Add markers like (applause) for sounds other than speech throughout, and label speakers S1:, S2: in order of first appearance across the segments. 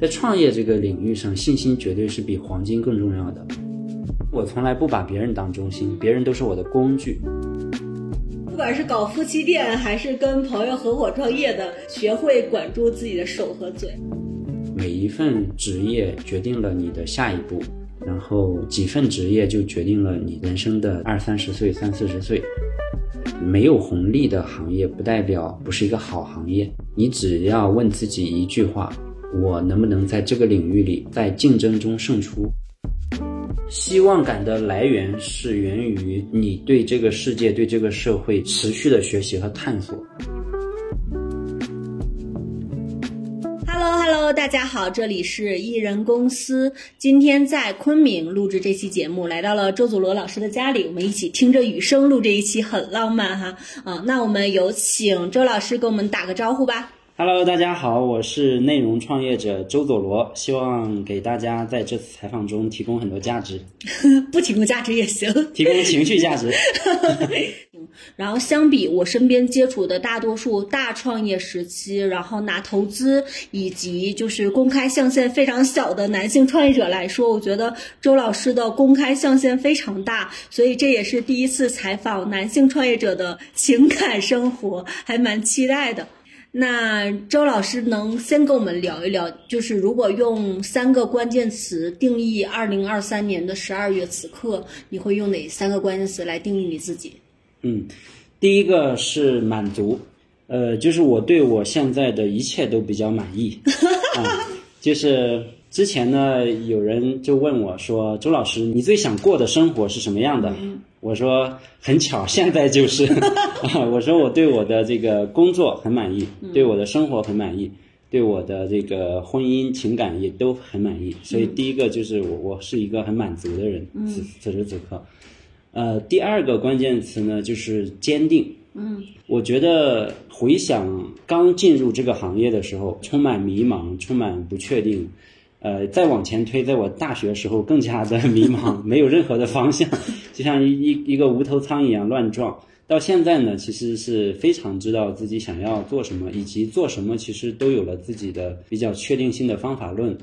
S1: 在创业这个领域上，信心绝对是比黄金更重要的。我从来不把别人当中心，别人都是我的工具。
S2: 不管是搞夫妻店，还是跟朋友合伙创业的，学会管住自己的手和嘴。
S1: 每一份职业决定了你的下一步，然后几份职业就决定了你人生的二三十岁、三四十岁。没有红利的行业不代表不是一个好行业。你只要问自己一句话：我能不能在这个领域里在竞争中胜出？希望感的来源是源于你对这个世界、对这个社会持续的学习和探索。
S2: Hello Hello，大家好，这里是艺人公司。今天在昆明录制这期节目，来到了周祖罗老师的家里，我们一起听着雨声录这一期，很浪漫哈。啊，那我们有请周老师给我们打个招呼吧。 (laughs)
S1: Hello，大家好，我是内容创业者周佐罗，希望给大家在这次采访中提供很多价值，
S2: 不提供价值也行，
S1: 提供情绪价值。
S2: 然后相比我身边接触的大多数大创业时期，然后拿投资以及就是公开象限非常小的男性创业者来说，我觉得周老师的公开象限非常大，所以这也是第一次采访男性创业者的情感生活，还蛮期待的。那周老师能先跟我们聊一聊，就是如果用三个关键词定义二零二三年的十二月此刻，你会用哪三个关键词来定义你自己？
S1: 嗯，第一个是满足，呃，就是我对我现在的一切都比较满意。嗯、就是之前呢，有人就问我说：“周老师，你最想过的生活是什么样的？”嗯我说很巧，现在就是啊我说我对我的这个工作很满意，对我的生活很满意，对我的这个婚姻情感也都很满意。所以第一个就是我我是一个很满足的人，此此时此刻。呃，第二个关键词呢就是坚定。
S2: 嗯，
S1: 我觉得回想刚进入这个行业的时候，充满迷茫，充满不确定。呃，再往前推，在我大学时候更加的 (laughs) 迷茫，没有任何的方向，就像一一个无头苍蝇一样乱撞。到现在呢，其实是非常知道自己想要做什么，以及做什么，其实都有了自己的比较确定性的方法论。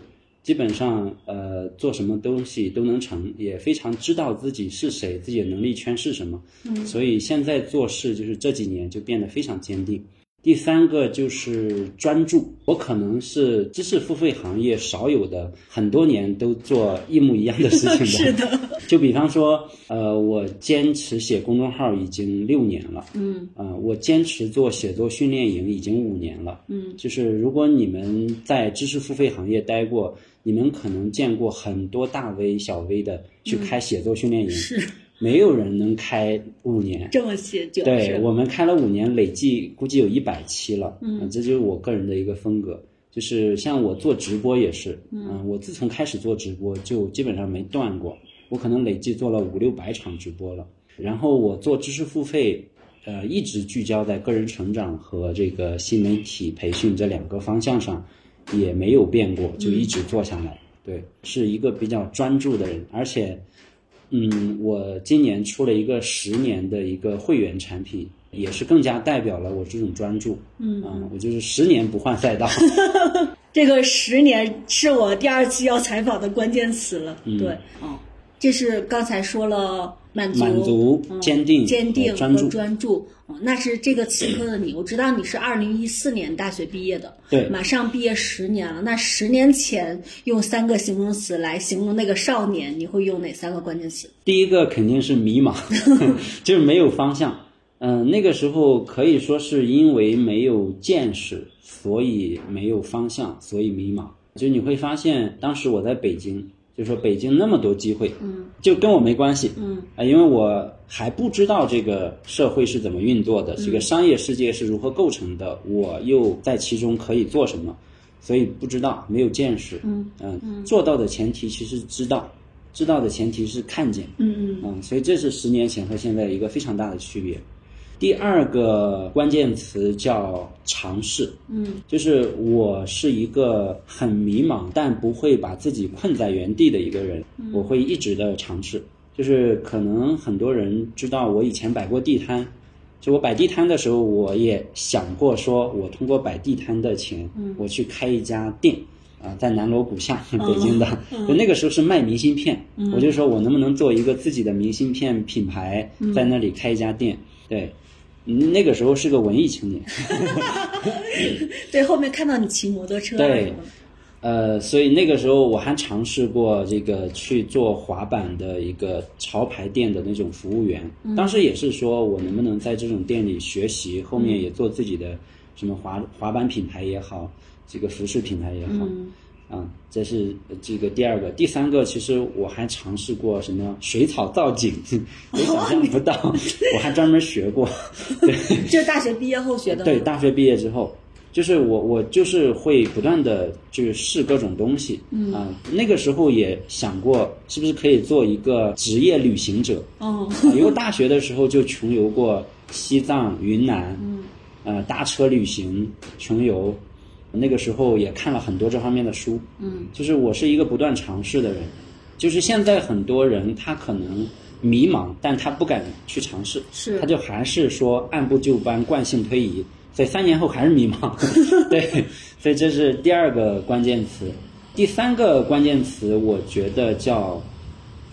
S1: 基本上，呃，做什么东西都能成，也非常知道自己是谁，自己的能力圈是什么。
S2: 嗯，
S1: 所以现在做事就是这几年就变得非常坚定。第三个就是专注，我可能是知识付费行业少有的，很多年都做一模一样的事情的。
S2: (laughs) 是的，
S1: 就比方说，呃，我坚持写公众号已经六年了，
S2: 嗯
S1: 呃，我坚持做写作训练营已经五年了。
S2: 嗯
S1: 就是如果你们在知识付费行业待过，你们可能见过很多大 V、小 V 的去开写作训练营，
S2: 是
S1: 没有人能开五年。
S2: 这么写就是
S1: 对我们开了五年，累计估计有一百期了。啊
S2: 嗯
S1: 这就是我个人的一个风格，就是像我做直播也是，嗯、我自从开始做直播就基本上没断过，我可能累计做了五六百场直播了。然后我做知识付费，呃，一直聚焦在个人成长和这个新媒体培训这两个方向上，也没有变过，就
S2: 嗯
S1: 一直做下来。对，是一个比较专注的人，而且。嗯，我今年出了一个十年的一个会员产品，也是更加代表了我这种专注。啊
S2: 嗯
S1: 我就是十年不换赛道。
S2: 这个十年是我第二期要采访的关键词了。
S1: 嗯
S2: 对，哦，这是刚才说了满足、
S1: 满足
S2: 嗯
S1: 坚定
S2: 坚定
S1: 和专注
S2: 和专注。哦，那是这个此刻的你。我知道你是二零一四年大学毕业的，
S1: 对
S2: 马上毕业十年了。那十年前用三个形容词来形容那个少年，你会用哪三个关键词？
S1: 第一个肯定是迷茫， (laughs) 就是没有方向。嗯、那个时候可以说是因为没有见识，所以没有方向，所以迷茫。就你会发现，当时我在北京，就说北京那么多机会，
S2: 嗯
S1: 就跟我没关系。
S2: 嗯
S1: 啊，因为我还不知道这个社会是怎么运作的，这
S2: 嗯
S1: 个商业世界是如何构成的，我又在其中可以做什么，所以不知道，没有见识。
S2: 嗯
S1: 嗯，做到的前提其实知道，知道的前提是看见。
S2: 嗯
S1: 嗯，所以这是十年前和现在一个非常大的区别。第二个关键词叫尝试，
S2: 嗯
S1: 就是我是一个很迷茫，但不会把自己困在原地的一个人。
S2: 嗯
S1: 我会一直的尝试，就是可能很多人知道我以前摆过地摊，就我摆地摊的时候，我也想过说，我通过摆地摊的钱，
S2: 嗯
S1: 我去开一家店。啊、在南锣鼓巷，北京的，
S2: 嗯
S1: 就那个时候是卖明信片，我就说我能不能做一个自己的明信片品牌，在那里开一家店，对。嗯那个时候是个文艺青年，
S2: 对，后面看到你骑摩托车，啊
S1: 对，呃，所以那个时候我还尝试过这个去做滑板的一个潮牌店的那种服务员，当时也是说我能不能在这种店里学习，后面也做自己的什么滑滑板品牌也好，这个服饰品牌也好，
S2: 嗯 (laughs)
S1: 啊，这是这个第二个，第三个其实我还尝试过什么水草造景， (laughs) 也想象不到，我还专门学过，对。
S2: 这是大学毕业后学的，
S1: 对，，大学毕业之后，就是我我就是会不断的去试各种东西，嗯啊、那个时候也想过是不是可以做一个职业旅行者，
S2: 哦，
S1: (laughs) 因为大学的时候就穷游过西藏、云南，嗯，呃，搭车旅行、穷游，那个时候也看了很多这方面的书，嗯，就是我是一个不断尝试的人，就是现在很多人他可能迷茫，但他不敢去尝试，
S2: 是
S1: 他就还是说按部就班、惯性推移，所以三年后还是迷 (laughs) 茫，对，所以这是第二个关键词，第三个关键词我觉得叫，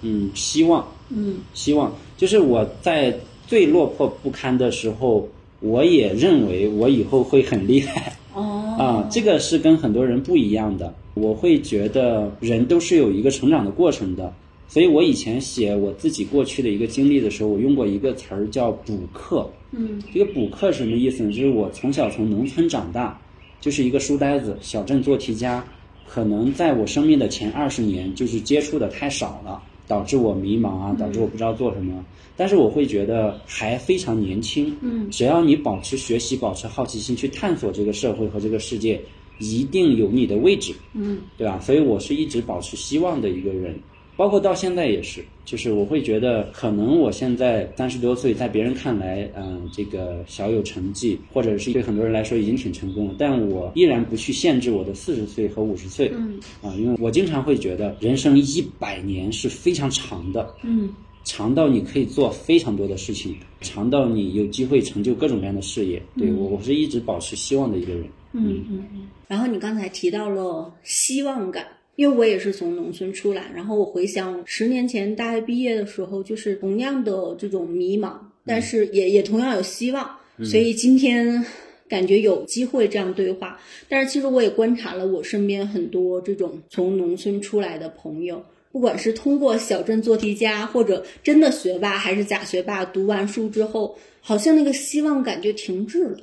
S1: 嗯，希望。
S2: 嗯
S1: 希望，就是我在最落魄不堪的时候，我也认为我以后会很厉害
S2: 哦，
S1: 啊、这个是跟很多人不一样的。我会觉得人都是有一个成长的过程的，所以我以前写我自己过去的一个经历的时候，我用过一个词儿叫“补课”。
S2: 嗯
S1: 这个补课什么意思呢？就是我从小从农村长大，就是一个书呆子、小镇做题家，可能在我生命的前二十年，就是接触的太少了，导致我迷茫啊，导致我不知道做什么。但是我会觉得还非常年轻，
S2: 嗯，
S1: 只要你保持学习、保持好奇心去探索这个社会和这个世界，一定有你的位置。
S2: 嗯
S1: 对吧？所以我是一直保持希望的一个人，包括到现在也是，就是我会觉得，可能我现在三十多岁，在别人看来，嗯、这个小有成绩，或者是对很多人来说已经挺成功了，但我依然不去限制我的四十岁和五十岁，
S2: 嗯
S1: 啊、因为我经常会觉得，人生一百年是非常长的，
S2: 嗯
S1: 长到你可以做非常多的事情，长到你有机会成就各种各样的事业。对我，我是一直保持希望的一个人。
S2: 嗯嗯嗯。然后你刚才提到了希望感。因为我也是从农村出来，然后我回想十年前大学毕业的时候，就是同样的这种迷茫，但是也也同样有希望，所以今天感觉有机会这样对话。但是其实我也观察了我身边很多这种从农村出来的朋友，不管是通过小镇做题家，或者真的学霸还是假学霸，读完书之后，好像那个希望感觉停滞了。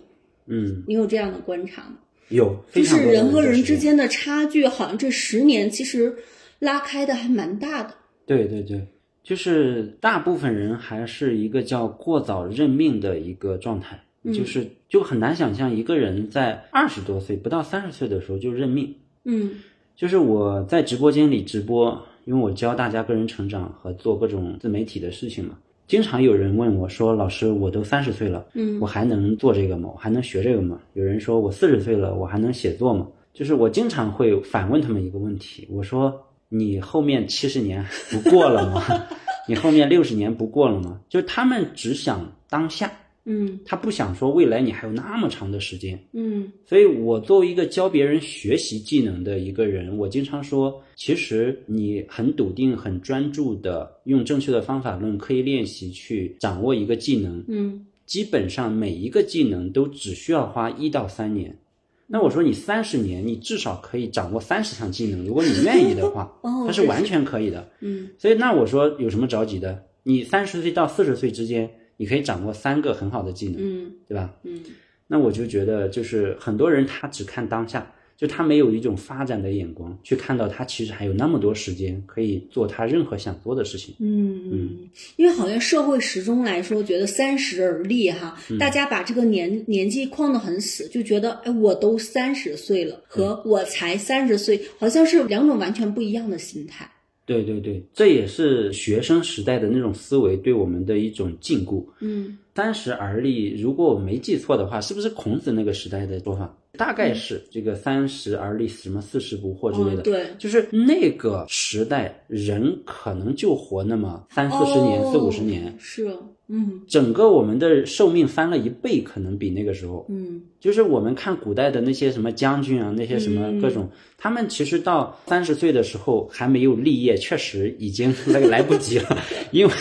S1: 嗯，
S2: 你有这样的观察吗？
S1: 有，
S2: 就
S1: 非常
S2: 是
S1: 多的
S2: 人和
S1: 都
S2: 人
S1: 是这
S2: 之
S1: 样
S2: 间的差距，好像这十年其实拉开的还蛮大的。
S1: 对对对，就是大部分人还是一个叫过早认命的一个状态，
S2: 嗯
S1: 就是就很难想象一个人在二十多岁不到三十岁的时候就认命。
S2: 嗯
S1: 就是我在直播间里直播，因为我教大家个人成长和做各种自媒体的事情嘛。经常有人问我说：“老师，我都三十岁了，
S2: 嗯
S1: 我还能做这个吗？我还能学这个吗？”有人说我四十岁了，我还能写作吗？就是我经常会反问他们一个问题，我说：“你后面七十年不过了吗？ (laughs) 你后面六十年不过了吗？”就是他们只想当下，
S2: 嗯
S1: 他不想说未来你还有那么长的时间。
S2: 嗯
S1: 所以我作为一个教别人学习技能的一个人，我经常说，其实你很笃定、很专注的用正确的方法论、刻意练习去掌握一个技能，
S2: 嗯，
S1: 基本上每一个技能都只需要花一到三年。那我说你三十年，你至少可以掌握三十项技能，如果你愿意的话
S2: (laughs) 哦
S1: 它是
S2: 是
S1: 完全可以的。
S2: 嗯
S1: 所以那我说有什么着急的？你三十岁到四十岁之间，你可以掌握三个很好的技能，
S2: 嗯
S1: 对吧？
S2: 嗯
S1: 那我就觉得，就是很多人他只看当下，就他没有一种发展的眼光去看到他其实还有那么多时间可以做他任何想做的事情。
S2: 嗯，因为好像社会时钟来说，觉得三十而立哈，
S1: 嗯
S2: 大家把这个年年纪框得很死，就觉得哎，我都三十岁了，和
S1: 嗯
S2: 我才三十岁，好像是两种完全不一样的心态。
S1: 对对对，这也是学生时代的那种思维对我们的一种禁锢。
S2: 嗯
S1: 当时而立，如果我没记错的话，是不是孔子那个时代的说法？大概是这个三十而立，什么四十不惑之类
S2: 嗯，
S1: 的。
S2: 对，
S1: 就是那个时代，人可能就活那么三四十年、
S2: 哦
S1: 四五十年，
S2: 是，嗯
S1: 整个我们的寿命翻了一倍，可能比那个时候。
S2: 嗯，
S1: 就是我们看古代的那些什么将军啊，那些什么
S2: 嗯
S1: 各种，他们其实到三十岁的时候还没有立业，确实已经 (laughs) 来来不及了，因为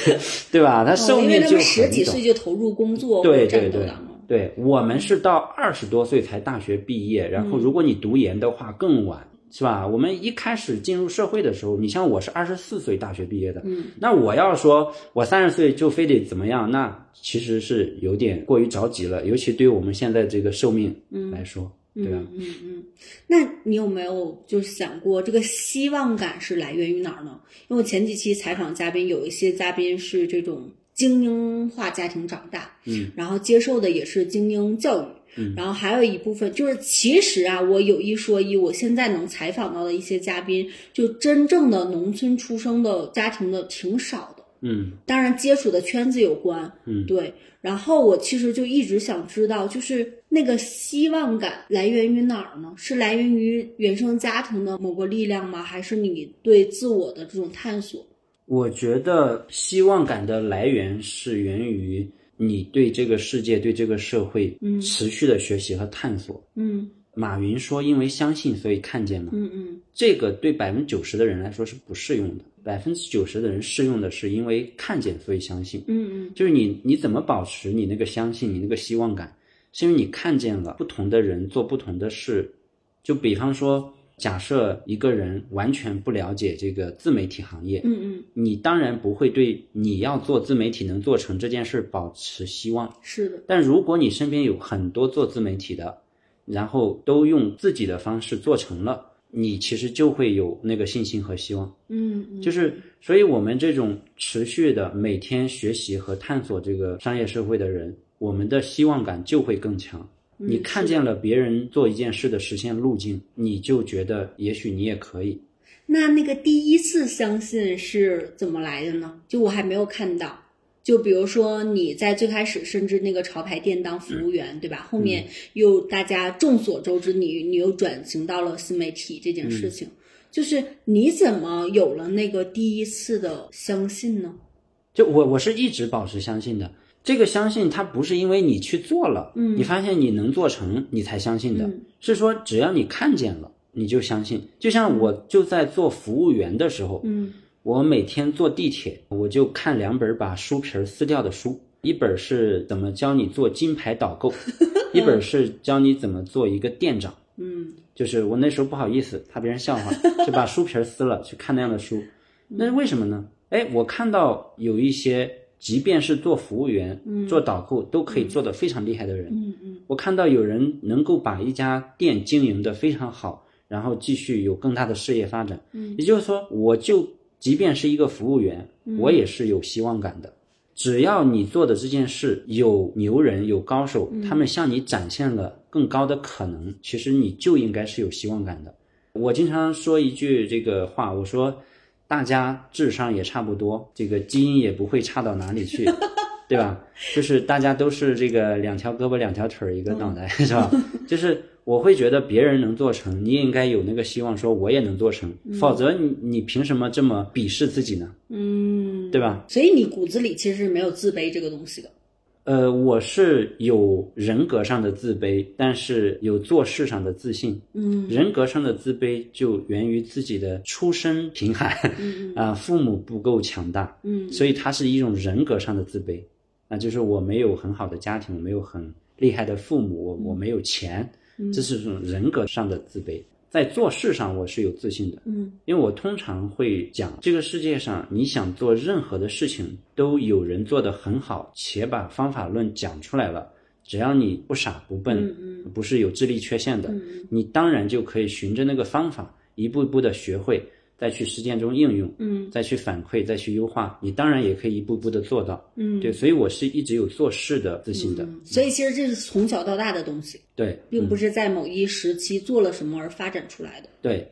S1: 对吧？他寿
S2: 哦因
S1: 命
S2: 为他
S1: 就
S2: 们十
S1: 很
S2: 几
S1: 短
S2: 岁就投入工作或
S1: 对
S2: 者
S1: 对
S2: 战斗
S1: 对
S2: 了嘛，
S1: 对，我们是到二十多岁才大学毕
S2: 嗯
S1: 业，然后如果你读研的话更晚，是吧？我们一开始进入社会的时候，你像我是二十四岁大学毕业的，
S2: 嗯，
S1: 那我要说我三十岁就非得怎么样，那其实是有点过于着急了，尤其对我们现在这个寿命来说，
S2: 嗯
S1: 对吧？啊
S2: 嗯嗯，那你有没有就是想过这个希望感是来源于哪儿呢？因为我前几期采访嘉宾有一些嘉宾是这种精英化家庭长大，
S1: 嗯，
S2: 然后接受的也是精英教育。
S1: 嗯
S2: 然后还有一部分就是，其实啊，我有一说一，我现在能采访到的一些嘉宾，就真正的农村出生的家庭的挺少的。
S1: 嗯
S2: 当然接触的圈子有关，
S1: 嗯
S2: 对。然后我其实就一直想知道，就是那个希望感来源于哪儿呢？是来源于原生家庭的某个力量吗？还是你对自我的这种探索？
S1: 我觉得希望感的来源是源于你对这个世界、对这个社会
S2: 嗯
S1: 持续的学习和探索。
S2: 嗯
S1: 马云说：“因为相信，所以看见嘛。”
S2: 嗯嗯
S1: 这个对百分之九十的人来说是不适用的，百分之九十的人适用的是因为看见所以相信，
S2: 嗯嗯
S1: 就是你你怎么保持你那个相信，你那个希望感，是因为你看见了不同的人做不同的事，就比方说，假设一个人完全不了解这个自媒体行业，
S2: 嗯嗯，
S1: 你当然不会对你要做自媒体能做成这件事保持希望，
S2: 是的，
S1: 但如果你身边有很多做自媒体的，然后都用自己的方式做成了，你其实就会有那个信心和希望。
S2: 嗯嗯，
S1: 就是，所以我们这种持续的每天学习和探索这个商业社会的人，我们的希望感就会更强。
S2: 嗯
S1: 你看见了别人做一件事的实现路径，你就觉得也许你也可以。
S2: 那那个第一次相信是怎么来的呢？就我还没有看到。就比如说你在最开始甚至那个潮牌店当服务员，对
S1: 嗯
S2: 吧？后面又大家众所周知你，你又转型到了新媒体这件事
S1: 嗯
S2: 情，就是你怎么有了那个第一次的相信呢？
S1: 就我我是一直保持相信的。这个相信它不是因为你去做了，
S2: 嗯
S1: 你发现你能做成，你才相信的，
S2: 嗯
S1: 是说只要你看见了，你就相信。就像我就在做服务员的时候，
S2: 嗯
S1: 我每天坐地铁，我就看两本把书皮儿撕掉的书，一本是怎么教你做金牌导
S2: (laughs)
S1: 购，一本是教你怎么做一个店长。
S2: 嗯
S1: 就是我那时候不好意思，怕别人笑话，就把书皮儿撕了去看那样的
S2: 嗯
S1: 书。那是为什么呢？哎，我看到有一些，即便是做服务员、
S2: 嗯
S1: 做导购，都可以做得非常厉害的人。
S2: 嗯嗯
S1: 我看到有人能够把一家店经营得非常好，然后继续有更大的事业发展。
S2: 嗯
S1: 也就是说，我就即便是一个服务员，
S2: 嗯
S1: 我也是有希望感的。只要你做的这件事有牛人、有高手，他们向你展现了更高的可能，其实你就应该是有希望感的。我经常说一句这个话，我说大家智商也差不多，这个基因也不会差到哪里去，对吧？就是大家都是这个两条胳膊两条腿儿一个脑袋，是吧？就是我会觉得别人能做成，你也应该有那个希望，说我也能做成，否则你你凭什么这么鄙视自己呢？
S2: 嗯，
S1: 对吧？
S2: 所以你骨子里其实没有自卑这个东西的。
S1: 呃，我是有人格上的自卑，但是有做事上的自信。
S2: 嗯
S1: 人格上的自卑就源于自己的出身贫寒，
S2: 嗯
S1: 啊、父母不够强大，
S2: 嗯
S1: 所以它是一种人格上的自卑，啊，就是我没有很好的家庭，我没有很厉害的父母，我我没有钱，
S2: 嗯
S1: 这是一种人格上的自卑。在做事上我是有自信的，
S2: 嗯
S1: 因为我通常会讲，这个世界上你想做任何的事情，都有人做得很好，且把方法论讲出来了。只要你不傻不笨，
S2: 嗯
S1: 不是有智力缺陷的，
S2: 嗯
S1: 你当然就可以循着那个方法，一步步的学会，再去实践中应用，
S2: 嗯
S1: 再去反馈，再去优化。你当然也可以一步步的做到。
S2: 嗯，
S1: 对，所以我是一直有做事的自信的。
S2: 嗯所以其实这是从小到大的东西，
S1: 对，
S2: 并不是在某一时期做了什么而发展出来的。
S1: 嗯对，
S2: 嗯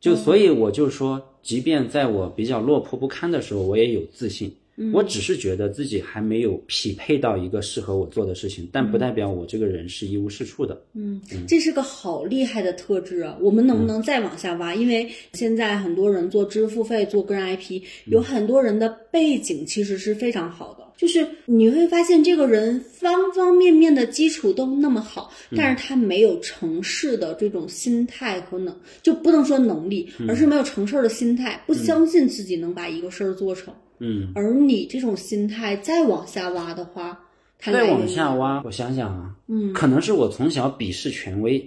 S1: 就所以我就说，即便在我比较落魄不堪的时候，我也有自信。
S2: 嗯
S1: 我只是觉得自己还没有匹配到一个适合我做的事情，但不代表我这个人是一无是处的。
S2: 嗯，这是个好厉害的特质啊！我们能不能再往下挖？因为现在很多人做知识付费、做个人 IP，有
S1: 嗯
S2: 很多人的背景其实是非常好的，就是你会发现这个人方方面面的基础都那么好，
S1: 嗯
S2: 但是他没有成事的这种心态和能，就不能说能力，
S1: 嗯
S2: 而是没有成事儿的心态，不相信自己能把一个事儿做成。
S1: 嗯，
S2: 而你这种心态再往下挖的话，它来
S1: 再往
S2: 源于
S1: 下挖，我想想啊，
S2: 嗯
S1: 可能是我从小鄙视权威，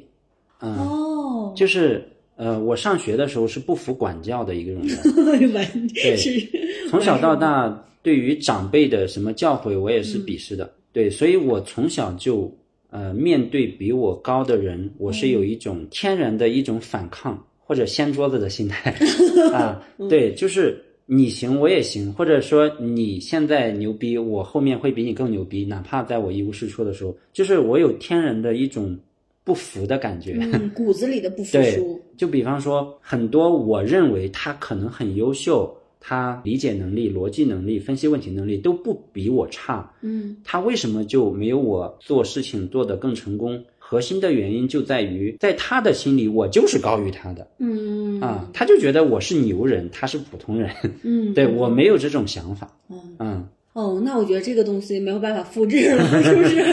S1: 嗯，
S2: 哦，
S1: 就是呃，我上学的时候是不服管教的一个人，
S2: (laughs) 完
S1: (laughs) 对
S2: 是
S1: 从小到大对于长辈的什么教诲，我也是鄙视的。对，所以我从小就呃面对比我高的人，我是有一种天然的一种反抗或者掀桌子的心态啊。对，就是你行我也行，或者说你现在牛逼，我后面会比你更牛逼，哪怕在我一无是处的时候，就是我有天然的一种不服的感觉。
S2: 嗯，骨子里的不服
S1: 对
S2: 输，
S1: 就比方说，很多我认为他可能很优秀，他理解能力、逻辑能力、分析问题能力都不比我差，
S2: 嗯
S1: 他为什么就没有我做事情做得更成功？核心的原因就在于，在他的心里，我就是高于他的
S2: 嗯
S1: 啊，他就觉得我是牛人，他是普通人， (laughs)
S2: 嗯，
S1: 对我没有这种想法，
S2: 嗯
S1: 嗯，
S2: 哦，那我觉得这个东西没有办法复制了，是不
S1: (laughs)
S2: 是？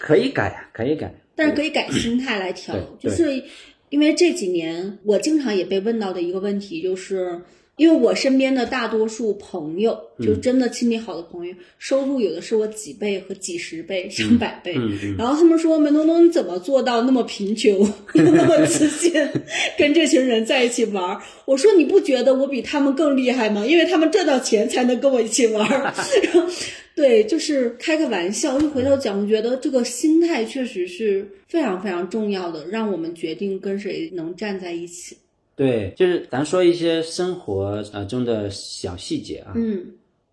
S1: 可以改啊，可以改，
S2: 但是可以改心态来调，
S1: 对对
S2: 就是因为这几年我经常也被问到的一个问题，就是因为我身边的大多数朋友，就
S1: 嗯
S2: 真的亲密好的朋友，收入有的是我几倍和几十倍、上百倍，
S1: 嗯嗯，
S2: 然后他们说门东东你怎么做到那么贫穷，
S1: (laughs)
S2: 又那么自信，跟这群人在一起玩儿？我说你不觉得我比他们更厉害吗？因为他们赚到钱才能跟我一起玩
S1: (laughs)
S2: 儿。然后对，就是开个玩笑。又回头讲，我觉得这个心态确实是非常非常重要的，让我们决定跟谁能站在一起。
S1: 对，就是咱说一些生活呃中的小细节啊，
S2: 嗯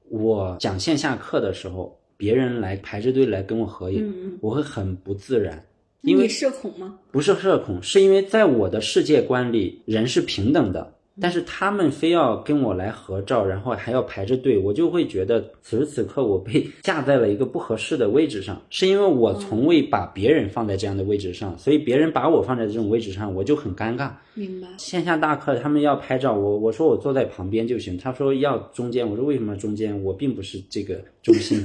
S1: 我讲线下课的时候，别人来排着队来跟我合影，
S2: 嗯嗯，
S1: 我会很不自然，因
S2: 你
S1: 为
S2: 社恐吗？
S1: 不是社恐，是因为在我的世界观里，人是平等的，但是他们非要跟我来合照，然后还要排着队，我就会觉得此时此刻我被 (laughs) 架在了一个不合适的位置上，是因为我从未把别人放在这样的位置上，所以别人把我放在这种位置上，我就很尴尬。
S2: 明白。
S1: 线下大课他们要拍照，我我说我坐在旁边就行，他说要中间，我说为什么中间？我并不是这个中心，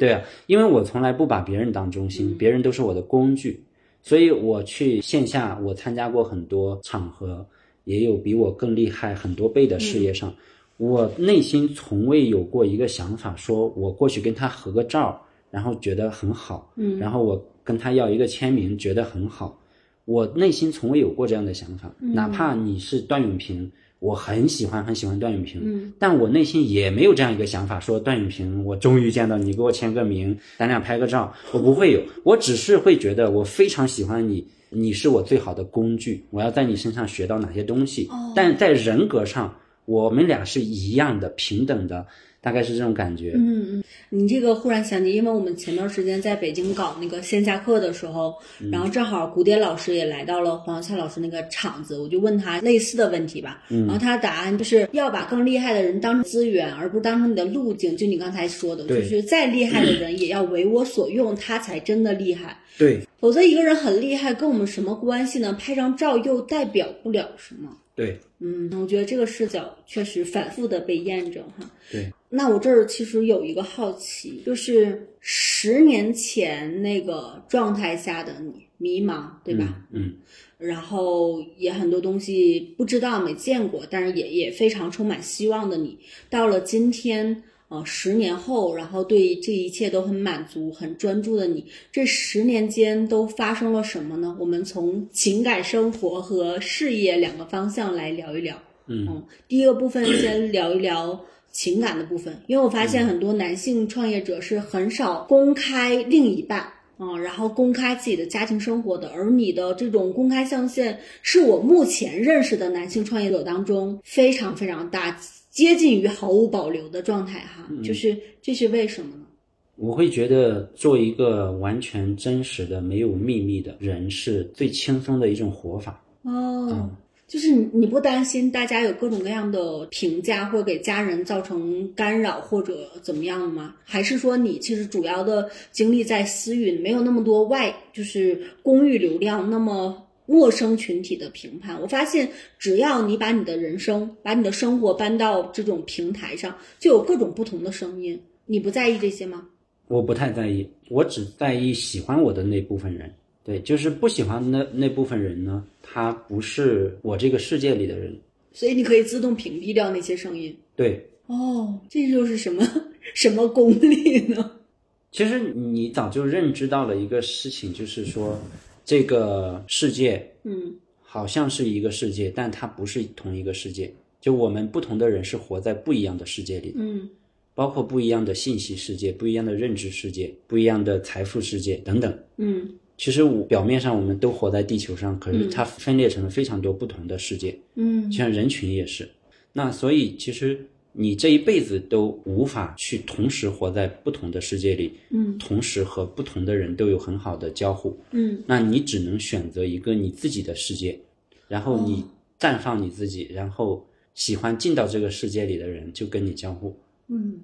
S1: 对啊，因为我从来不把别人当中心，别人都是我的工具，所以我去线下，我参加过很多场合，也有比我更厉害很多倍的事业上，我内心从未有过一个想法，说我过去跟他合个照，然后觉得很好，
S2: 嗯
S1: 然后我跟他要一个签名，觉得很好。我内心从未有过这样的想法，
S2: 嗯
S1: 哪怕你是段永平，我很喜欢很喜欢段永平，
S2: 嗯
S1: 但我内心也没有这样一个想法，说段永平，我终于见到你，给我签个名，咱俩拍个照，我不会有，我只是会觉得我非常喜欢你，你是我最好的工具，我要在你身上学到哪些东西，
S2: 哦
S1: 但在人格上，我们俩是一样的，平等的，大概是这种感觉，
S2: 嗯，嗯，你这个忽然想起，因为我们前段时间在北京搞那个线下课的时候，然后正好古典老师也来到了黄小蔡老师那个场子，我就问他类似的问题吧，然后他的答案就是要把更厉害的人当成资源，而不是当成你的路径。就你刚才说的，就
S1: 对
S2: 是再厉害的人也要为我所用，他才真的厉害。
S1: 对
S2: 否则一个人很厉害，跟我们什么关系呢？拍张照又代表不了什么。
S1: 对
S2: 嗯，我觉得这个视角确实反复的被验证哈。
S1: 对，
S2: 那我这儿其实有一个好奇，就是十年前那个状态下的你，迷茫，对吧？
S1: 嗯
S2: 然后也很多东西不知道、没见过，但是也也非常充满希望的你，到了今天，呃，十年后，然后对这一切都很满足、很专注的你，这十年间都发生了什么呢？我们从情感生活和事业两个方向来聊一聊。
S1: 嗯
S2: 嗯，第一个部分先聊一聊情感的部分，因为我发现很多男性创业者是很少公开另一半。嗯，然后公开自己的家庭生活的，而你的这种公开象限，是我目前认识的男性创业者当中非常非常大，接近于毫无保留的状态哈，就是这是为什么呢？
S1: 我会觉得做一个完全真实的、没有秘密的人是最轻松的一种活法。啊
S2: 哦，就是你你不担心大家有各种各样的评价，或给家人造成干扰或者怎么样吗？还是说你其实主要的精力在私域，没有那么多外就是公域流量那么陌生群体的评判？我发现，只要你把你的人生、把你的生活搬到这种平台上，就有各种不同的声音。你不在意这些吗？
S1: 我不太在意，我只在意喜欢我的那部分人。对，就是不喜欢的那那部分人呢，他不是我这个世界里的人。
S2: 所以你可以自动屏蔽掉那些声音。
S1: 对，
S2: 哦，这就是什么 (laughs) 什么功力呢？
S1: 其实你早就认知到了一个事情，就是说这个世界
S2: 嗯
S1: 好像是一个世界，但它不是同一个世界。就我们不同的人是活在不一样的世界里的，
S2: 嗯
S1: 包括不一样的信息世界、不一样的认知世界、不一样的财富世界等等。
S2: 嗯
S1: 其实我表面上我们都活在地球上，可是
S2: 嗯
S1: 它分裂成了非常多不同的世界。
S2: 嗯
S1: 就像人群也是。那所以其实你这一辈子都无法去同时活在不同的世界里，
S2: 嗯
S1: 同时和不同的人都有很好的交互。
S2: 嗯
S1: 那你只能选择一个你自己的世界，然后你
S2: 哦
S1: 绽放你自己，然后喜欢进到这个世界里的人就跟你交互。
S2: 嗯，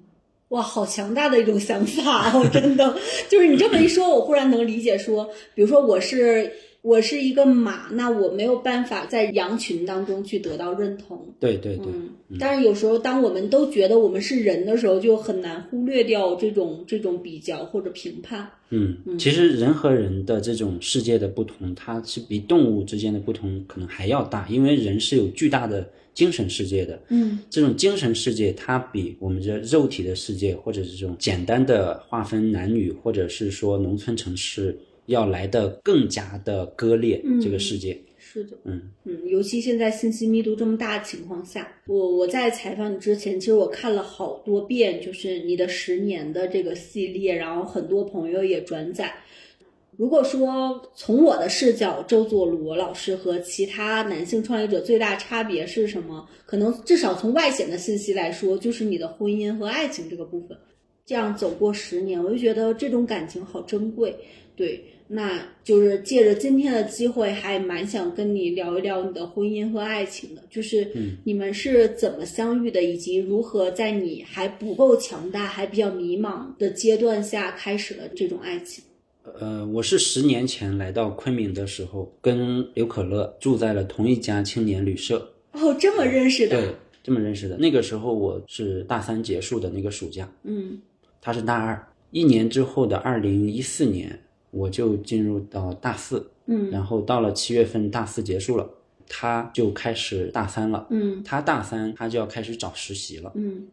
S2: 哇，好强大的一种想法哦！真的，就是你这么一说，我忽然能理解说，比如说我是我是一个马，那我没有办法在羊群当中去得到认同。
S1: 对对对，
S2: 嗯，但是有时候，当我们都觉得我们是人的时候，就很难忽略掉这种这种比较或者评判。
S1: 嗯，其实人和人的这种世界的不同，它是比动物之间的不同可能还要大，因为人是有巨大的精神世界的。
S2: 嗯
S1: 这种精神世界，它比我们这肉体的世界，或者是这种简单的划分男女，或者是说农村城市，要来的更加的割裂。
S2: 嗯
S1: 这个世界，
S2: 是的，
S1: 嗯
S2: 嗯，尤其现在信息密度这么大的情况下，我我在采访你之前，其实我看了好多遍，就是你的十年的这个系列，然后很多朋友也转载。如果说从我的视角，周佐罗老师和其他男性创业者最大差别是什么？可能至少从外显的信息来说，就是你的婚姻和爱情这个部分。这样走过十年，我就觉得这种感情好珍贵。对，那就是借着今天的机会，还蛮想跟你聊一聊你的婚姻和爱情的，就是你们是怎么相遇的，以及如何在你还不够强大、还比较迷茫的阶段下开始了这种爱情。
S1: 呃，我是十年前来到昆明的时候，跟刘可乐住在了同一家青年旅社，
S2: 哦，这么认识
S1: 对
S2: 的，，
S1: 这么认识的。那个时候我是大三结束的那个暑假，
S2: 嗯
S1: 他是大二，一年之后的二零一四年，我就进入到大四，
S2: 嗯
S1: 然后到了七月份，大四结束了，他就开始大三了。
S2: 嗯
S1: 他大三，他就要开始找实习了。
S2: 嗯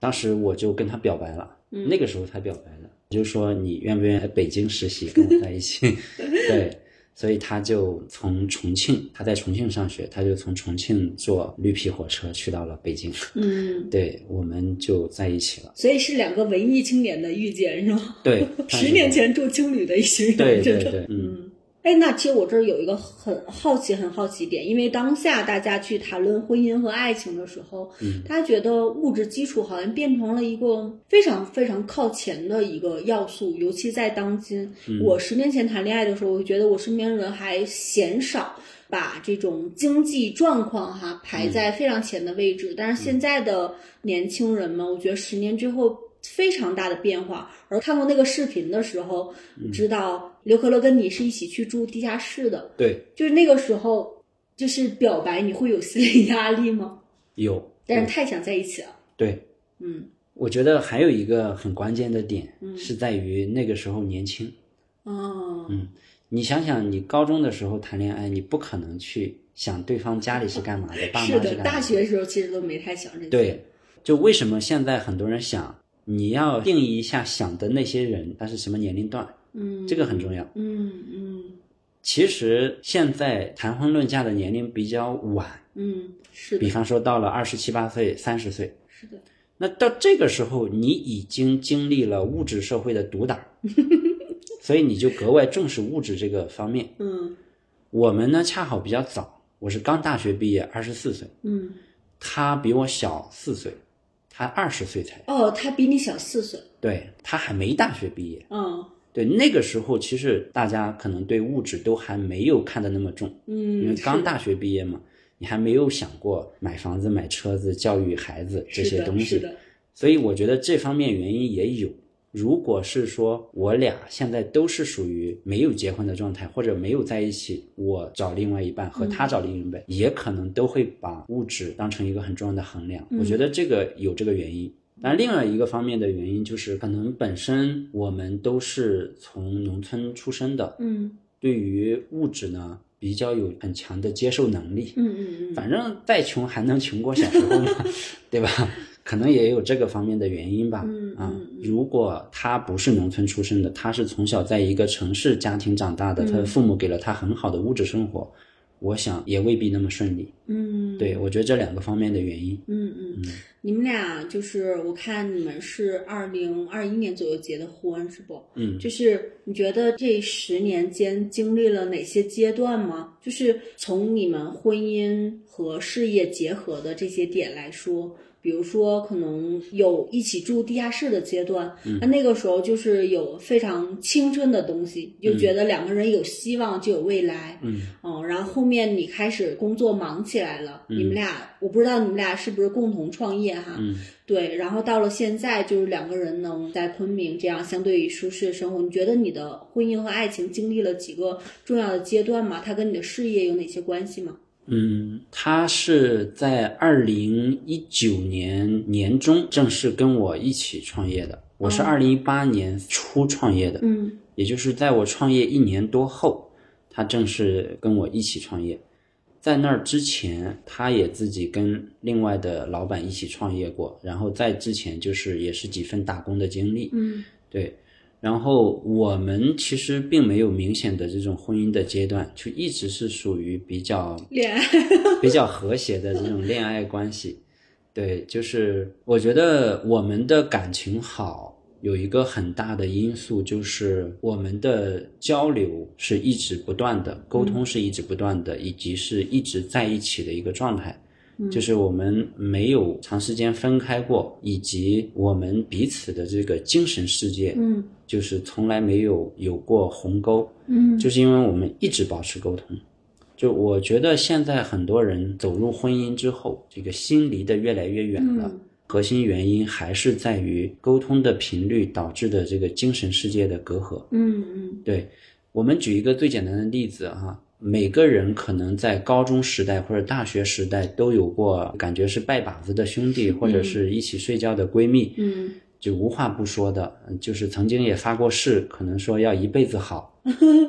S1: 当时我就跟他表白了，
S2: 嗯
S1: 那个时候才表白的，就说你愿不愿意来北京实习，跟我在一起？ (laughs) 对，所以他就从重庆，他在重庆上学，他就从重庆坐绿皮火车去到了北京。
S2: 嗯，
S1: 对，我们就在一起了。
S2: 所以是两个文艺青年的遇见，是吗？，
S1: 对
S2: (laughs) 十年。前住青旅的一群人，
S1: 对
S2: 真
S1: 对
S2: 的
S1: 对，嗯，
S2: 嗯，哎，那其实我这儿有一个很好奇、很好奇点，因为当下大家去谈论婚姻和爱情的时候，
S1: 嗯
S2: 大家觉得物质基础好像变成了一个非常非常靠前的一个要素，尤其在当今。
S1: 嗯
S2: 我十年前谈恋爱的时候，我觉得我身边人还嫌少。把这种经济状况哈
S1: 嗯
S2: 排在非常前的位置，但是现在的年轻人们，我觉得十年之后非常大的变化。而看过那个视频的时候，
S1: 嗯
S2: 知道刘可乐跟你是一起去住地下室的，
S1: 对，
S2: 就是那个时候，就是表白你会有心理压力吗？
S1: 有。
S2: 但是太想在一起了，
S1: 对，
S2: 嗯
S1: 我觉得还有一个很关键的点
S2: 嗯
S1: 是在于那个时候年轻。
S2: 哦，
S1: 嗯你想想，你高中的时候谈恋爱，你不可能去想对方家里是干嘛的，爸妈
S2: 是
S1: 干
S2: 的
S1: 嘛，的。
S2: 大学时候其实都没太想这些，
S1: 对，就为什么现在很多人想，你要定义一下想的那些人，他是什么年龄段，
S2: 嗯，
S1: 这个很重要。
S2: 嗯，嗯
S1: 其实现在谈婚论嫁的年龄比较晚，
S2: 嗯嗯，是
S1: 比
S2: 的，
S1: 方说到了二十七八岁、三十岁，
S2: 是的，
S1: 那到这个时候，你已经经历了物质社会的毒
S2: (laughs)
S1: 打，所以你就格外重视物质这个方面。
S2: 嗯
S1: 我们呢恰好比较早，我是刚大学毕业，二十四岁，
S2: 嗯，
S1: 他比我小四岁，他二十岁才，
S2: 哦，他比你小四岁，
S1: 对他还没大学毕业。
S2: 嗯
S1: 对那个时候，其实大家可能对物质都还没有看得那么重，因
S2: 嗯，
S1: 为
S2: 是
S1: 刚
S2: 的，
S1: 大学毕业嘛，你还没有想过买房子、买车子、教育孩子这
S2: 是
S1: 些
S2: 的
S1: 东
S2: 是
S1: 西。
S2: 的，
S1: 所以我觉得这方面原因也有。如果是说我俩现在都是属于没有结婚的状态，或者没有在一起，我找另外一半和他找另一半，也可能都会把物质当成一个很重要的衡量。
S2: 嗯
S1: 我觉得这个有这个原因。那另外一个方面的原因就是，可能本身我们都是从农村出生的，
S2: 嗯
S1: 对于物质呢比较有很强的接受能力。
S2: 嗯嗯嗯，
S1: 反正再穷还能穷过小时候嘛， (laughs) 对吧？可能也有这个方面的原因吧。
S2: 嗯
S1: 啊
S2: 嗯嗯，
S1: 如果他不是农村出生的，他是从小在一个城市家庭长大的，
S2: 嗯
S1: 他的父母给了他很好的物质生活，我想也未必那么顺利。
S2: 嗯，
S1: 对，我觉得这两个方面的原因，
S2: 嗯嗯，你们俩就是我看你们是二零二一年左右结的婚是不？
S1: 嗯，
S2: 就是你觉得这十年间经历了哪些阶段吗？就是从你们婚姻和事业结合的这些点来说，比如说可能有一起住地下室的阶段，那、那个时候就是有非常青春的东西，就觉得两个人有希望就有未来，
S1: 嗯，
S2: 嗯，然后后面你开始工作忙起来了，你们俩我不知道你们俩是不是共同创业哈，
S1: 嗯，
S2: 对，然后到了现在就是两个人能在昆明这样相对舒适的生活，你觉得你的婚姻和爱情经历了几个重要的阶段吗？它跟你的事业有哪些关系吗？
S1: 嗯，他是在二零一九年年中正式跟我一起创业的，我是
S2: 哦
S1: 二零一八年初创业的。
S2: 嗯
S1: 也就是在我创业一年多后，他正式跟我一起创业。在那儿之前，他也自己跟另外的老板一起创业过，然后在之前就是也是几份打工的经历，
S2: 嗯
S1: 对。然后我们其实并没有明显的这种婚姻的阶段，就一直是属于比较
S2: 恋爱
S1: 比较和谐的这种恋爱关系。对，就是我觉得我们的感情好，有一个很大的因素就是我们的交流是一直不断的，沟通是一直不断的，以及是一直在一起的一个状态。就是我们没有长时间分开过，以及我们彼此的这个精神世界，
S2: 嗯
S1: 就是从来没有有过鸿沟。
S2: 嗯
S1: 就是因为我们一直保持沟通。就我觉得现在很多人走入婚姻之后，这个心离得越来越远了。
S2: 嗯
S1: 核心原因还是在于沟通的频率导致的这个精神世界的隔阂。
S2: 嗯
S1: 对我们举一个最简单的例子哈、每个人可能在高中时代或者大学时代都有过感觉是拜把子的兄弟，或者是一起睡觉的闺蜜，
S2: 嗯
S1: 就无话不说的，嗯就是曾经也发过誓，可能说要一辈子好，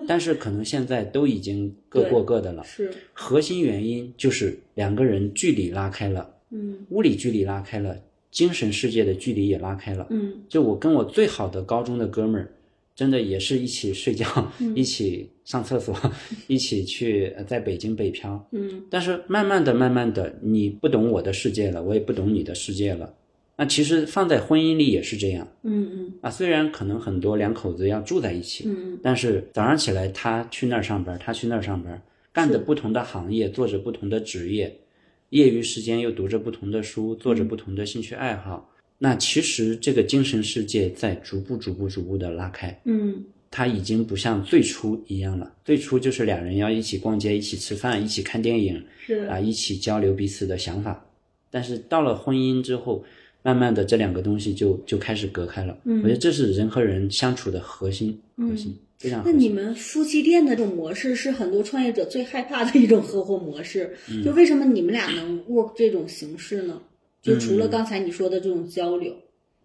S1: 但是可能现在都已经各过各的
S2: 嗯
S1: 了。
S2: 是
S1: 核心原因就是两个人距离拉开了，
S2: 嗯
S1: 物理距离拉开了，精神世界的距离也拉开了。
S2: 嗯
S1: 就我跟我最好的高中的哥们儿，真的也是一起睡觉，
S2: 嗯
S1: 一起上厕所，一起去呃在北京北漂。
S2: 嗯
S1: 但是慢慢的、慢慢的，你不懂我的世界了，我也不懂你的世界了。那其实放在婚姻里也是这样
S2: 嗯
S1: 啊，虽然可能很多两口子要住在一起，
S2: 嗯
S1: 但是早上起来他去那儿上班，他去那儿上班，干着
S2: 是
S1: 不同的行业，做着不同的职业，业余时间又读着不同的书，做
S2: 嗯
S1: 着不同的兴趣爱好。那其实这个精神世界在逐步、逐步、逐步的拉开，
S2: 嗯
S1: 它已经不像最初一样了。最初就是俩人要一起逛街、一起吃饭、一起看电影，
S2: 是
S1: 啊，一起交流彼此的想法。但是到了婚姻之后，慢慢的这两个东西就就开始隔开了。
S2: 嗯
S1: 我觉得这是人和人相处的核心，核心、
S2: 嗯
S1: 非常核
S2: 那
S1: 心。
S2: 你们夫妻店的这种模式是很多创业者最害怕的一种合伙模式，
S1: 嗯
S2: 就为什么你们俩能 work 这种形式呢？就除了
S1: 嗯
S2: 刚才你说的这种交流，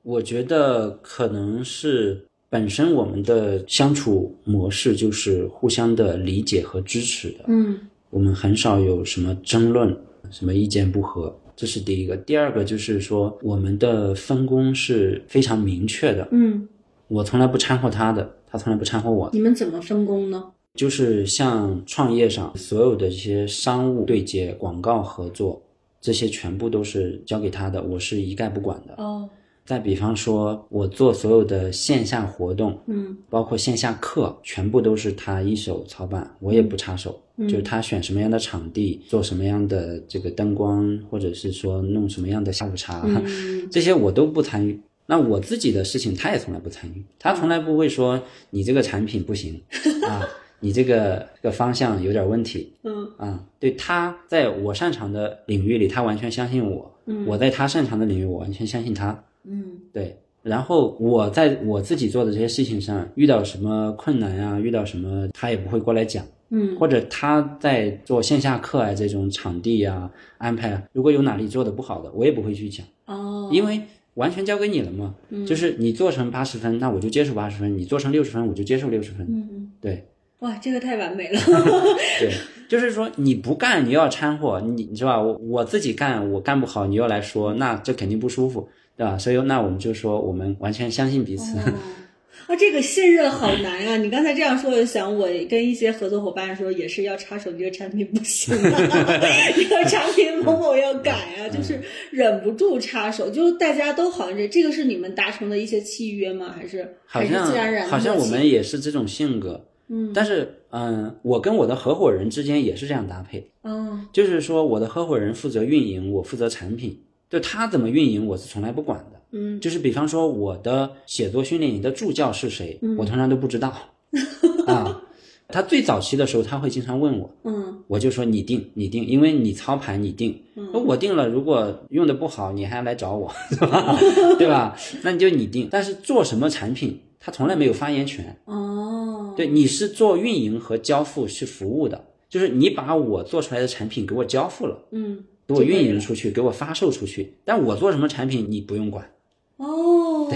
S1: 我觉得可能是本身我们的相处模式就是互相的理解和支持的，
S2: 嗯
S1: 我们很少有什么争论、什么意见不合。这是第一个，第二个就是说，我们的分工是非常明确的，
S2: 嗯，
S1: 我从来不掺和他的，他从来不掺和我的。
S2: 你们怎么分工呢？
S1: 就是像创业上所有的这些商务对接、广告合作，这些全部都是交给他的，我是一概不管的。
S2: 哦，
S1: 再比方说，我做所有的线下活动，
S2: 嗯
S1: 包括线下课，全部都是他一手操办，我也不插手。
S2: 嗯
S1: 就是他选什么样的场地，做什么样的这个灯光，或者是说弄什么样的下午茶，
S2: 嗯
S1: 这些我都不参与。那我自己的事情，他也从来不参与，他从来不会说你这个产品不行啊，你这个这个方向有点问题。
S2: 嗯
S1: 嗯，对，他在我擅长的领域里，他完全相信我；
S2: 嗯
S1: 我在他擅长的领域，我完全相信他。
S2: 嗯
S1: 对，然后我在我自己做的这些事情上遇到什么困难啊，遇到什么他也不会过来讲，
S2: 嗯
S1: 或者他在做线下课啊这种场地啊安排啊，如果有哪里做的不好的，我也不会去讲，
S2: 哦，嗯
S1: 因为完全交给你了嘛，就是你做成八十分，那我就接受八十分；你做成六十分，我就接受六十分。
S2: 嗯嗯
S1: 对，
S2: 哇，这个太完美了。
S1: 对，就是说你不干，你又要掺和，你你知道吧？我我自己干，我干不好，你又来说，那这肯定不舒服，对吧？所以那我们就说，我们完全相信彼此。
S2: 哦 (laughs) 啊，这个信任好难啊！你刚才这样说，我就想我跟一些合作伙伴说，也是要插手这个产品不行、啊， (laughs) 这个产品某某要改啊，就是忍不住插手，就是大家都好像这这个是你们达成的一些契约吗？还是
S1: 好
S2: 还是
S1: 像
S2: 自然而然
S1: 好像
S2: 默
S1: 我
S2: 契
S1: 们也是这种性格，
S2: 嗯
S1: 但是嗯、我跟我的合伙人之间也是这样搭配，
S2: 嗯
S1: 就是说我的合伙人负责运营，我负责产品，就他怎么运营，我是从来不管的。
S2: 嗯
S1: 就是比方说我的写作训练营的助教是谁，
S2: 嗯
S1: 我通常都不知道啊。他最早期的时候，他会经常问我，
S2: 嗯
S1: 我就说你定，你定，因为你操盘你定，那
S2: 嗯
S1: 我定了，如果用的不好，你还来找我， (laughs) 是吧？对吧？那你就你定，但是做什么产品，他从来没有发言权。
S2: 哦，
S1: 对，你是做运营和交付是服务的，就是你把我做出来的产品给我交付了，
S2: 嗯
S1: 给我运营出去，给我发售出去，但我做什么产品你不用管。
S2: 哦，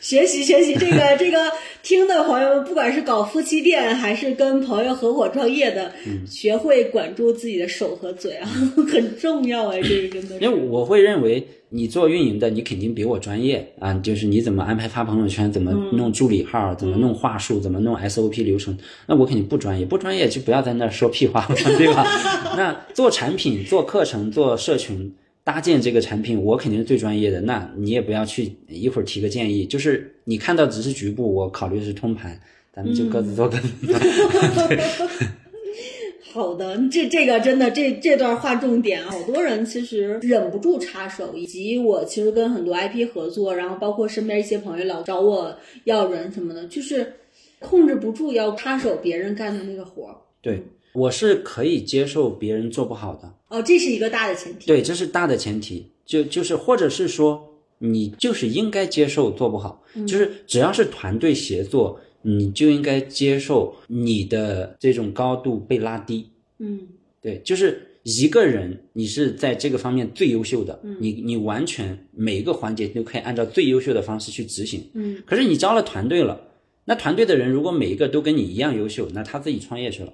S2: 学习学习这
S1: (laughs)
S2: 个这个听的朋友们，不管是搞夫妻店还是跟朋友合伙创业的，
S1: 嗯
S2: 学会管住自己的手和嘴啊， (laughs) 很重要哎，这个真的
S1: 因
S2: 是。
S1: 为我会认为你做运营的，你肯定比我专业啊，就是你怎么安排发朋友圈，怎么弄助理号，怎么弄话术，怎么弄 SOP 流程，那我肯定不专业，不专业就不要在那儿说屁话嘛，对吧？ (laughs) 那做产品、做课程、做社群。搭建这个产品，我肯定是最专业的。那你也不要去一会儿提个建议，就是你看到只是局部，我考虑是通盘，咱们就各自做各自的。 (laughs)
S2: 好的，这这个真的这这段划重点啊，好多人其实忍不住插手，以及我其实跟很多 IP 合作，然后包括身边一些朋友老找我要人什么的，就是控制不住要插手别人干的那个活儿。
S1: 对，我是可以接受别人做不好的，
S2: 哦，这是一个大的前提。
S1: 对，这是大的前提，就就是或者是说，你就是应该接受做不好，就是只要是团队协作，你就应该接受你的这种高度被拉低。
S2: 嗯
S1: 对，就是一个人你是在这个方面最优秀的，你你完全每一个环节都可以按照最优秀的方式去执行。
S2: 嗯，
S1: 可是你招了团队了，那团队的人如果每一个都跟你一样优秀，那他自己创业去了。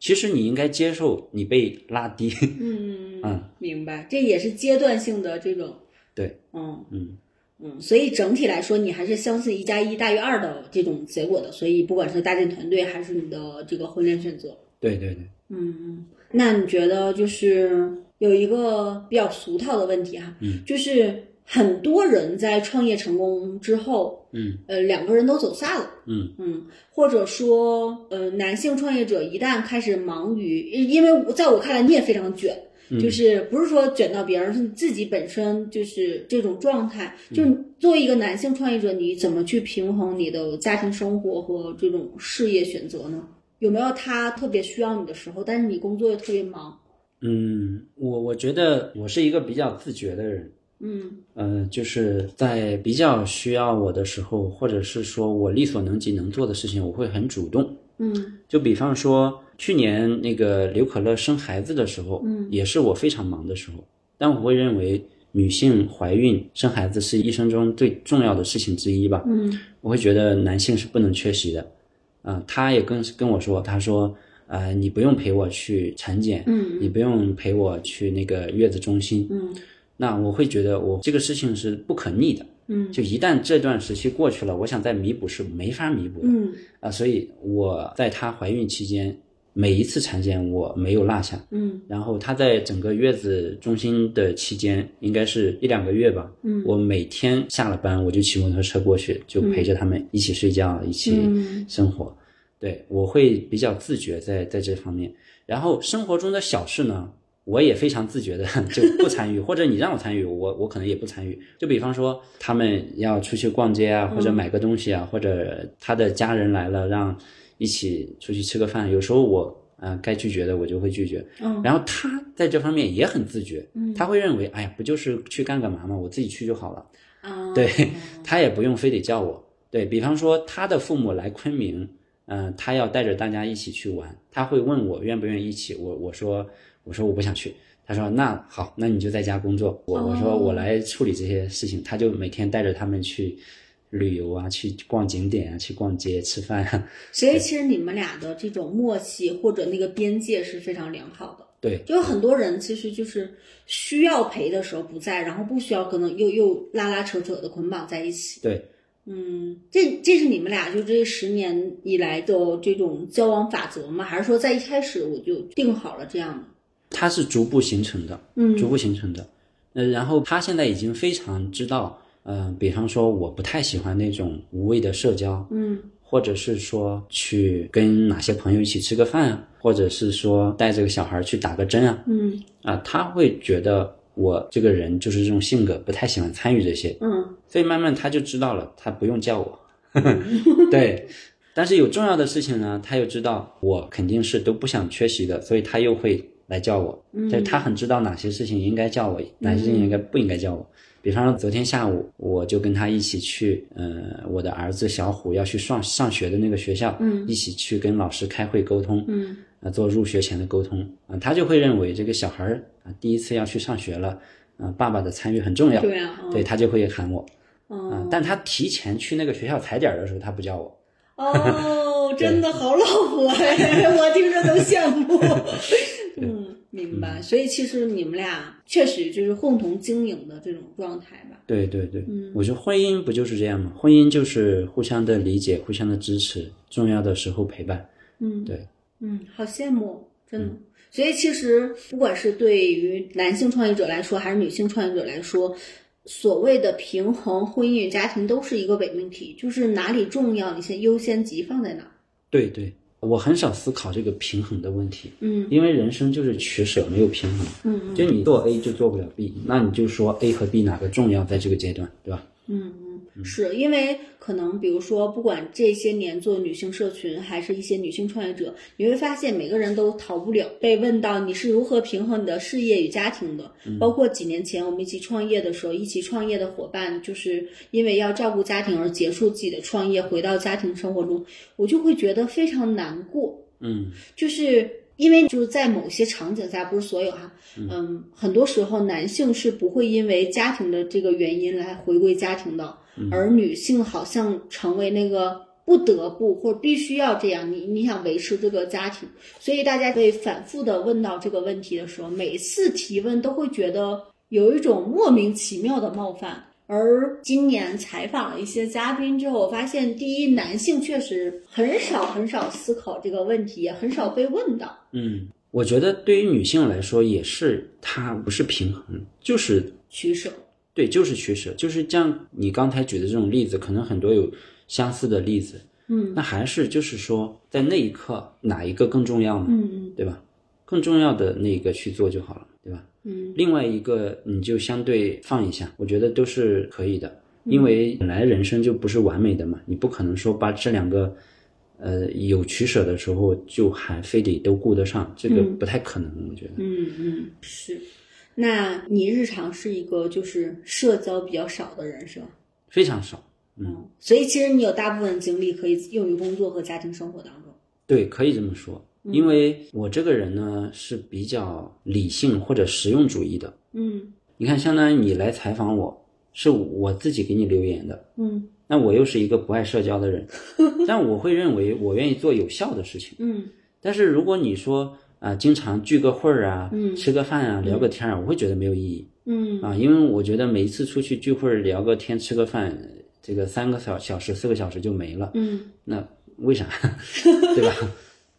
S1: 其实你应该接受你被拉低， (laughs)
S2: 嗯
S1: 嗯，
S2: 明白，这也是阶段性的这种，
S1: 对，
S2: 嗯
S1: 嗯。
S2: 嗯，所以整体来说，你还是相信一加一大于二的这种结果的。所以不管是搭建团队，还是你的这个婚恋选择，
S1: 对对对。
S2: 嗯嗯。那你觉得就是有一个比较俗套的问题哈、啊
S1: 嗯，
S2: 就是很多人在创业成功之后，
S1: 嗯
S2: 呃，两个人都走散了。
S1: 嗯
S2: 嗯，或者说，呃，男性创业者一旦开始忙于，因为我在我看来你也非常卷，
S1: 嗯
S2: 就是不是说卷到别人，是你自己本身就是这种状态。
S1: 嗯
S2: 就是作为一个男性创业者，你怎么去平衡你的家庭生活和这种事业选择呢？有没有他特别需要你的时候，但是你工作又特别忙？
S1: 嗯，我我觉得我是一个比较自觉的人，
S2: 嗯
S1: 呃，就是在比较需要我的时候，或者是说我力所能及能做的事情，我会很主动。
S2: 嗯
S1: 就比方说去年那个刘可乐生孩子的时候，
S2: 嗯
S1: 也是我非常忙的时候，但我会认为女性怀孕生孩子是一生中最重要的事情之一吧。
S2: 嗯
S1: 我会觉得男性是不能缺席的。啊、他也跟跟我说，他说，呃，你不用陪我去产检，
S2: 嗯
S1: 你不用陪我去那个月子中心，
S2: 嗯
S1: 那我会觉得我这个事情是不可逆的。
S2: 嗯
S1: 就一旦这段时期过去了，我想再弥补是没法弥补的。
S2: 嗯
S1: 啊，所以我在她怀孕期间，每一次产检我没有落下。
S2: 嗯
S1: 然后她在整个月子中心的期间，应该是一两个月吧。
S2: 嗯
S1: 我每天下了班，我就骑摩托车过去，就陪着他们一起睡觉，一起
S2: 嗯
S1: 生活。对我会比较自觉在在这方面。然后生活中的小事呢，我也非常自觉的 (laughs) 就不参与，或者你让我参与，我我可能也不参与。就比方说他们要出去逛街啊，或者买个东西啊，或者他的家人来了，让一起出去吃个饭，有时候我嗯、呃该拒绝的我就会拒绝，
S2: 嗯
S1: 然后他在这方面也很自觉，他会认为哎呀不就是去干个嘛嘛，我自己去就好了。
S2: 啊，
S1: 对他也不用非得叫我。对比方说，他的父母来昆明，嗯、他要带着大家一起去玩，他会问我愿不愿意一起。我我说我说我不想去。他说那好，那你就在家工作。我我说
S2: 哦
S1: 我来处理这些事情。他就每天带着他们去旅游啊，去逛景点啊，去逛街、吃饭啊。
S2: 所以其实你们俩的这种默契或者那个边界是非常良好的。
S1: 对
S2: 就有很多人其实就是需要陪的时候不在，然后不需要可能又又拉拉扯扯的捆绑在一起。
S1: 对，
S2: 嗯，这这是你们俩就这十年以来的这种交往法则吗？还是说在一开始我就定好了这样的？
S1: 他是逐步形成的。逐
S2: 嗯
S1: 步形成的。呃，然后他现在已经非常知道，嗯、比方说我不太喜欢那种无谓的社交，
S2: 嗯
S1: 或者是说去跟哪些朋友一起吃个饭啊，或者是说带这个小孩去打个针啊，
S2: 嗯
S1: 啊、他会觉得我这个人就是这种性格，不太喜欢参与这些，
S2: 嗯
S1: 所以慢慢他就知道了，他不用叫我， (laughs) 对。但是有重要的事情呢，他又知道我肯定是都不想缺席的，所以他又会来叫我。
S2: 嗯，
S1: 就是他很知道哪些事情应该叫我，哪些事情应该不应该叫我。比方说昨天下午，我就跟他一起去，呃，我的儿子小虎要去上上学的那个学校，
S2: 嗯
S1: 一起去跟老师开会沟通，
S2: 嗯
S1: 啊、做入学前的沟通啊、他就会认为这个小孩儿啊、第一次要去上学了，啊、爸爸的参与很重要，
S2: 对啊，嗯
S1: 对他就会喊我，啊、
S2: 嗯
S1: 但他提前去那个学校踩点儿的时候，他不叫我，
S2: 哦，真的好老婆哎， (laughs) 我听着都羡慕。嗯，明白。所以其实你们俩确实就是共同经营的这种状态吧。
S1: 对对对，
S2: 嗯
S1: 我觉得婚姻不就是这样吗？婚姻就是互相的理解，互相的支持，重要的时候陪伴。
S2: 嗯，
S1: 对，
S2: 嗯，好羡慕，真的。所以其实不管是对于男性创业者来说，还是女性创业者来说。所谓的平衡婚姻与家庭都是一个伪命题，就是哪里重要，你先优先级放在哪儿。
S1: 对对，我很少思考这个平衡的问题，
S2: 嗯
S1: 因为人生就是取舍，没有平衡。
S2: 嗯
S1: 就你做 A 就做不了 B，那你就说 A 和 B 哪个重要，在这个阶段，对吧？
S2: 嗯，嗯，是因为可能，比如说，不管这些年做女性社群，还是一些女性创业者，你会发现每个人都逃不了被问到你是如何平衡你的事业与家庭的。包括几年前我们一起创业的时候，一起创业的伙伴，就是因为要照顾家庭而结束自己的创业，回到家庭生活中，我就会觉得非常难过。
S1: 嗯，
S2: 就是因为就是在某些场景下，不是所有哈、嗯，很多时候男性是不会因为家庭的这个原因来回归家庭的，而女性好像成为那个不得不或必须要这样，你你想维持这个家庭，所以大家会反复的问到这个问题的时候，每次提问都会觉得有一种莫名其妙的冒犯。而今年采访了一些嘉宾之后，我发现，第一，男性确实很少很少思考这个问题，也很少被问到。
S1: 嗯，我觉得对于女性来说也是，它不是平衡，就是
S2: 取舍，
S1: 对，就是取舍，就是像你刚才举的这种例子，可能很多有相似的例子。
S2: 嗯
S1: 那还是就是说，在那一刻哪一个更重要呢？
S2: 嗯
S1: 对吧？更重要的那一个去做就好了，对吧？
S2: 嗯
S1: 另外一个你就相对放一下，我觉得都是可以的，
S2: 嗯
S1: 因为本来人生就不是完美的嘛，你不可能说把这两个，呃，有取舍的时候就还非得都顾得上，这个
S2: 嗯
S1: 不太可能，我觉得。
S2: 嗯嗯，是。那你日常是一个就是社交比较少的人是吧？
S1: 非常少。
S2: 嗯，所以其实你有大部分精力可以用于工作和家庭生活当中。
S1: 对，可以这么说，
S2: 嗯
S1: 因为我这个人呢是比较理性或者实用主义的。
S2: 嗯
S1: 你看，相当于你来采访我，是我自己给你留言的，
S2: 嗯
S1: 那我又是一个不爱社交的
S2: (laughs)
S1: 人，但我会认为我愿意做有效的事情。
S2: 嗯
S1: 但是如果你说啊、经常聚个会儿啊，
S2: 嗯
S1: 吃个饭啊，聊个天啊，我会觉得没有意义
S2: 嗯
S1: 啊，因为我觉得每一次出去聚会儿聊个天、吃个饭，这个三个小小时、四个小时就没了，
S2: 嗯
S1: 那为啥？ (laughs) 对
S2: (laughs)
S1: 吧？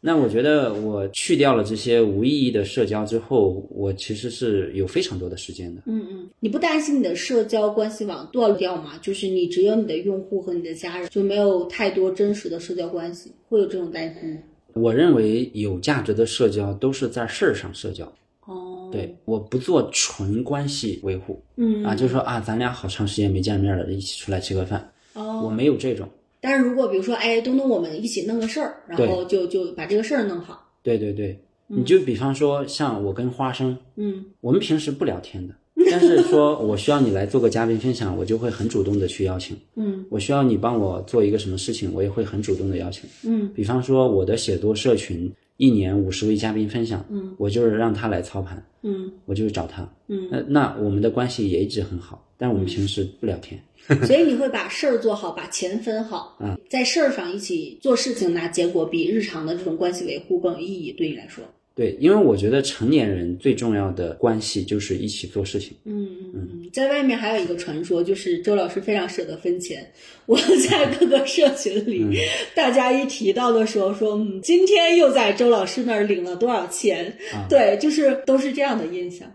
S1: 那我觉得我去掉了这些无意义的社交之后，我其实是有非常多的时间的。
S2: 嗯嗯，你不担心你的社交关系网断掉吗？就是你只有你的用户和你的家人，就没有太多真实的社交关系，会有这种担心吗？
S1: 我认为有价值的社交都是在事儿上社交，
S2: 哦，
S1: 对，，啊我不做纯关系维护
S2: 嗯
S1: 啊，就是说啊，咱俩好长时间没见面了，一起出来吃个饭，
S2: 哦，
S1: 我没有这种，
S2: 但是如果比如说，哎，东东，我们一起弄个事儿，然后就就把这个事儿弄好。
S1: 对对对，你就比方说像我跟花生，
S2: 嗯
S1: 我们平时不聊天的，但是说我需要你来做个嘉宾分享，我就会很主动的去邀请；
S2: 嗯
S1: 我需要你帮我做一个什么事情，我也会很主动的邀请。
S2: 嗯
S1: 比方说我的写作社群一年五十位嘉宾分享，
S2: 嗯
S1: 我就是让他来操盘，
S2: 嗯
S1: 我就是找他。那
S2: 嗯，
S1: 那我们的关系也一直很好，但我们平时不聊天。
S2: 所以你会把事儿做好，把钱分好，
S1: 嗯
S2: 在事儿上一起做事情，拿结果比日常的这种关系维护更有意义，对你来说。
S1: 对，因为我觉得成年人最重要的关系就是一起做事情。
S2: 嗯，嗯嗯，在外面还有一个传说，就是周老师非常舍得分钱。 (laughs) 我在各个社群里， (laughs) 大家一提到的时候说，嗯，今天又在周老师那儿领了多少钱？
S1: 啊
S2: 对，就是都是这样的印象。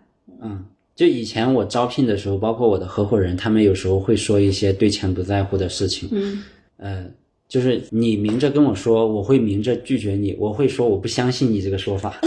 S1: 嗯，就以前我招聘的时候，包括我的合伙人，他们有时候会说一些对钱不在乎的事情。
S2: 嗯
S1: 嗯、就是你明着跟我说，我会明着拒绝你，我会说我不相信你这个说法。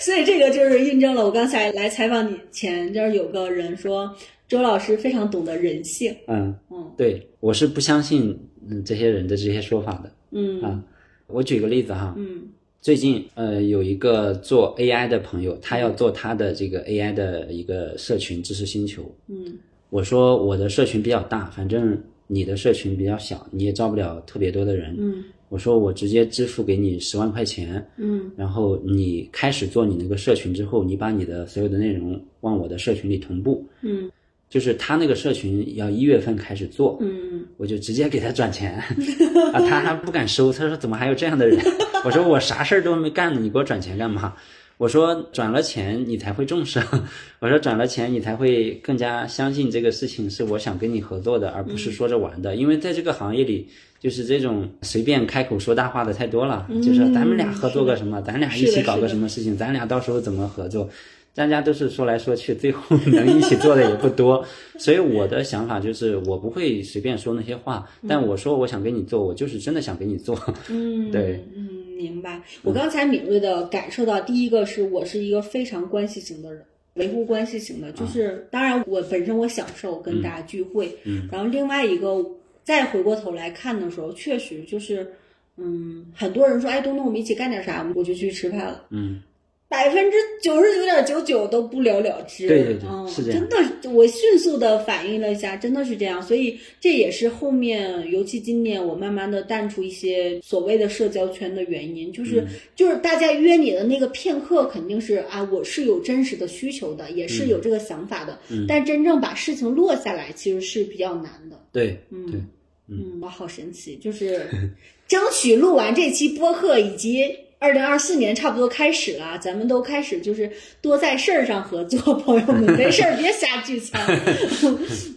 S2: 所以这个就是印证了我刚才来采访你前，这儿有个人说周老师非常懂得人性。
S1: 嗯，
S2: 嗯
S1: 对，我是不相信嗯这些人的这些说法的。
S2: 嗯
S1: 啊我举个例子哈，
S2: 嗯
S1: 最近呃有一个做 AI 的朋友，他要做他的这个 AI 的一个社群知识星球。
S2: 嗯
S1: 我说我的社群比较大，反正你的社群比较小，你也招不了特别多的人。
S2: 嗯
S1: 我说我直接支付给你十万块钱，
S2: 嗯
S1: 然后你开始做你那个社群之后，你把你的所有的内容往我的社群里同步。
S2: 嗯
S1: 就是他那个社群要一月份开始做，
S2: 嗯
S1: 我就直接给他转钱，啊，他还不敢收，他说怎么还有这样的人？ (laughs) 我说我啥事儿都没干呢，你给我转钱干嘛？我说转了钱你才会重视， (laughs) 我说转了钱你才会更加相信这个事情是我想跟你合作的，而不
S2: 嗯
S1: 是说着玩的。因为在这个行业里，就是这种随便开口说大话的太多了，
S2: 嗯
S1: 就是咱们俩合作个什么，咱俩一
S2: 是的
S1: 起搞
S2: 是的
S1: 个什么事情，咱俩到时候怎么合作？大家都是说来说去，最后能一起做的也不
S2: (laughs)
S1: 多，所以我的想法就是，我不会随便说那些话，但我说我想给你做，我就是真的想给你
S2: (laughs)
S1: 做。
S2: 嗯，
S1: 对，
S2: 嗯，明白。我刚才敏锐的感受到，第一个是我是一个非常关系型的人，维护关系型的，就是当然我本身我享受跟大家聚会，
S1: 嗯
S2: 然后另外一个再回过头来看的时候，确实就是，嗯，很多人说，哎，东东，我们一起干点啥？我就去吃饭了。
S1: 嗯，
S2: 百分之九十九点九九都不了了之，
S1: 对对对
S2: 嗯、
S1: 是这样
S2: 真的，我迅速的反应了一下，真的是这样，所以这也是后面，尤其今年我慢慢的淡出一些所谓的社交圈的原因，
S1: 嗯
S2: 就是、就是大家约你的那个片刻，肯定是啊，我是有真实的需求的，也是有这个想法的，
S1: 嗯
S2: 但真正把事情落下来，其实是比较难的。
S1: 对
S2: 嗯
S1: 对，
S2: 嗯，我好神奇，就是 (laughs) 争取录完这期播客，以及二零二四年差不多开始了，啊咱们都开始就是多在事儿上合作， (laughs) 朋友们，没事儿别瞎聚
S1: (laughs)
S2: 餐。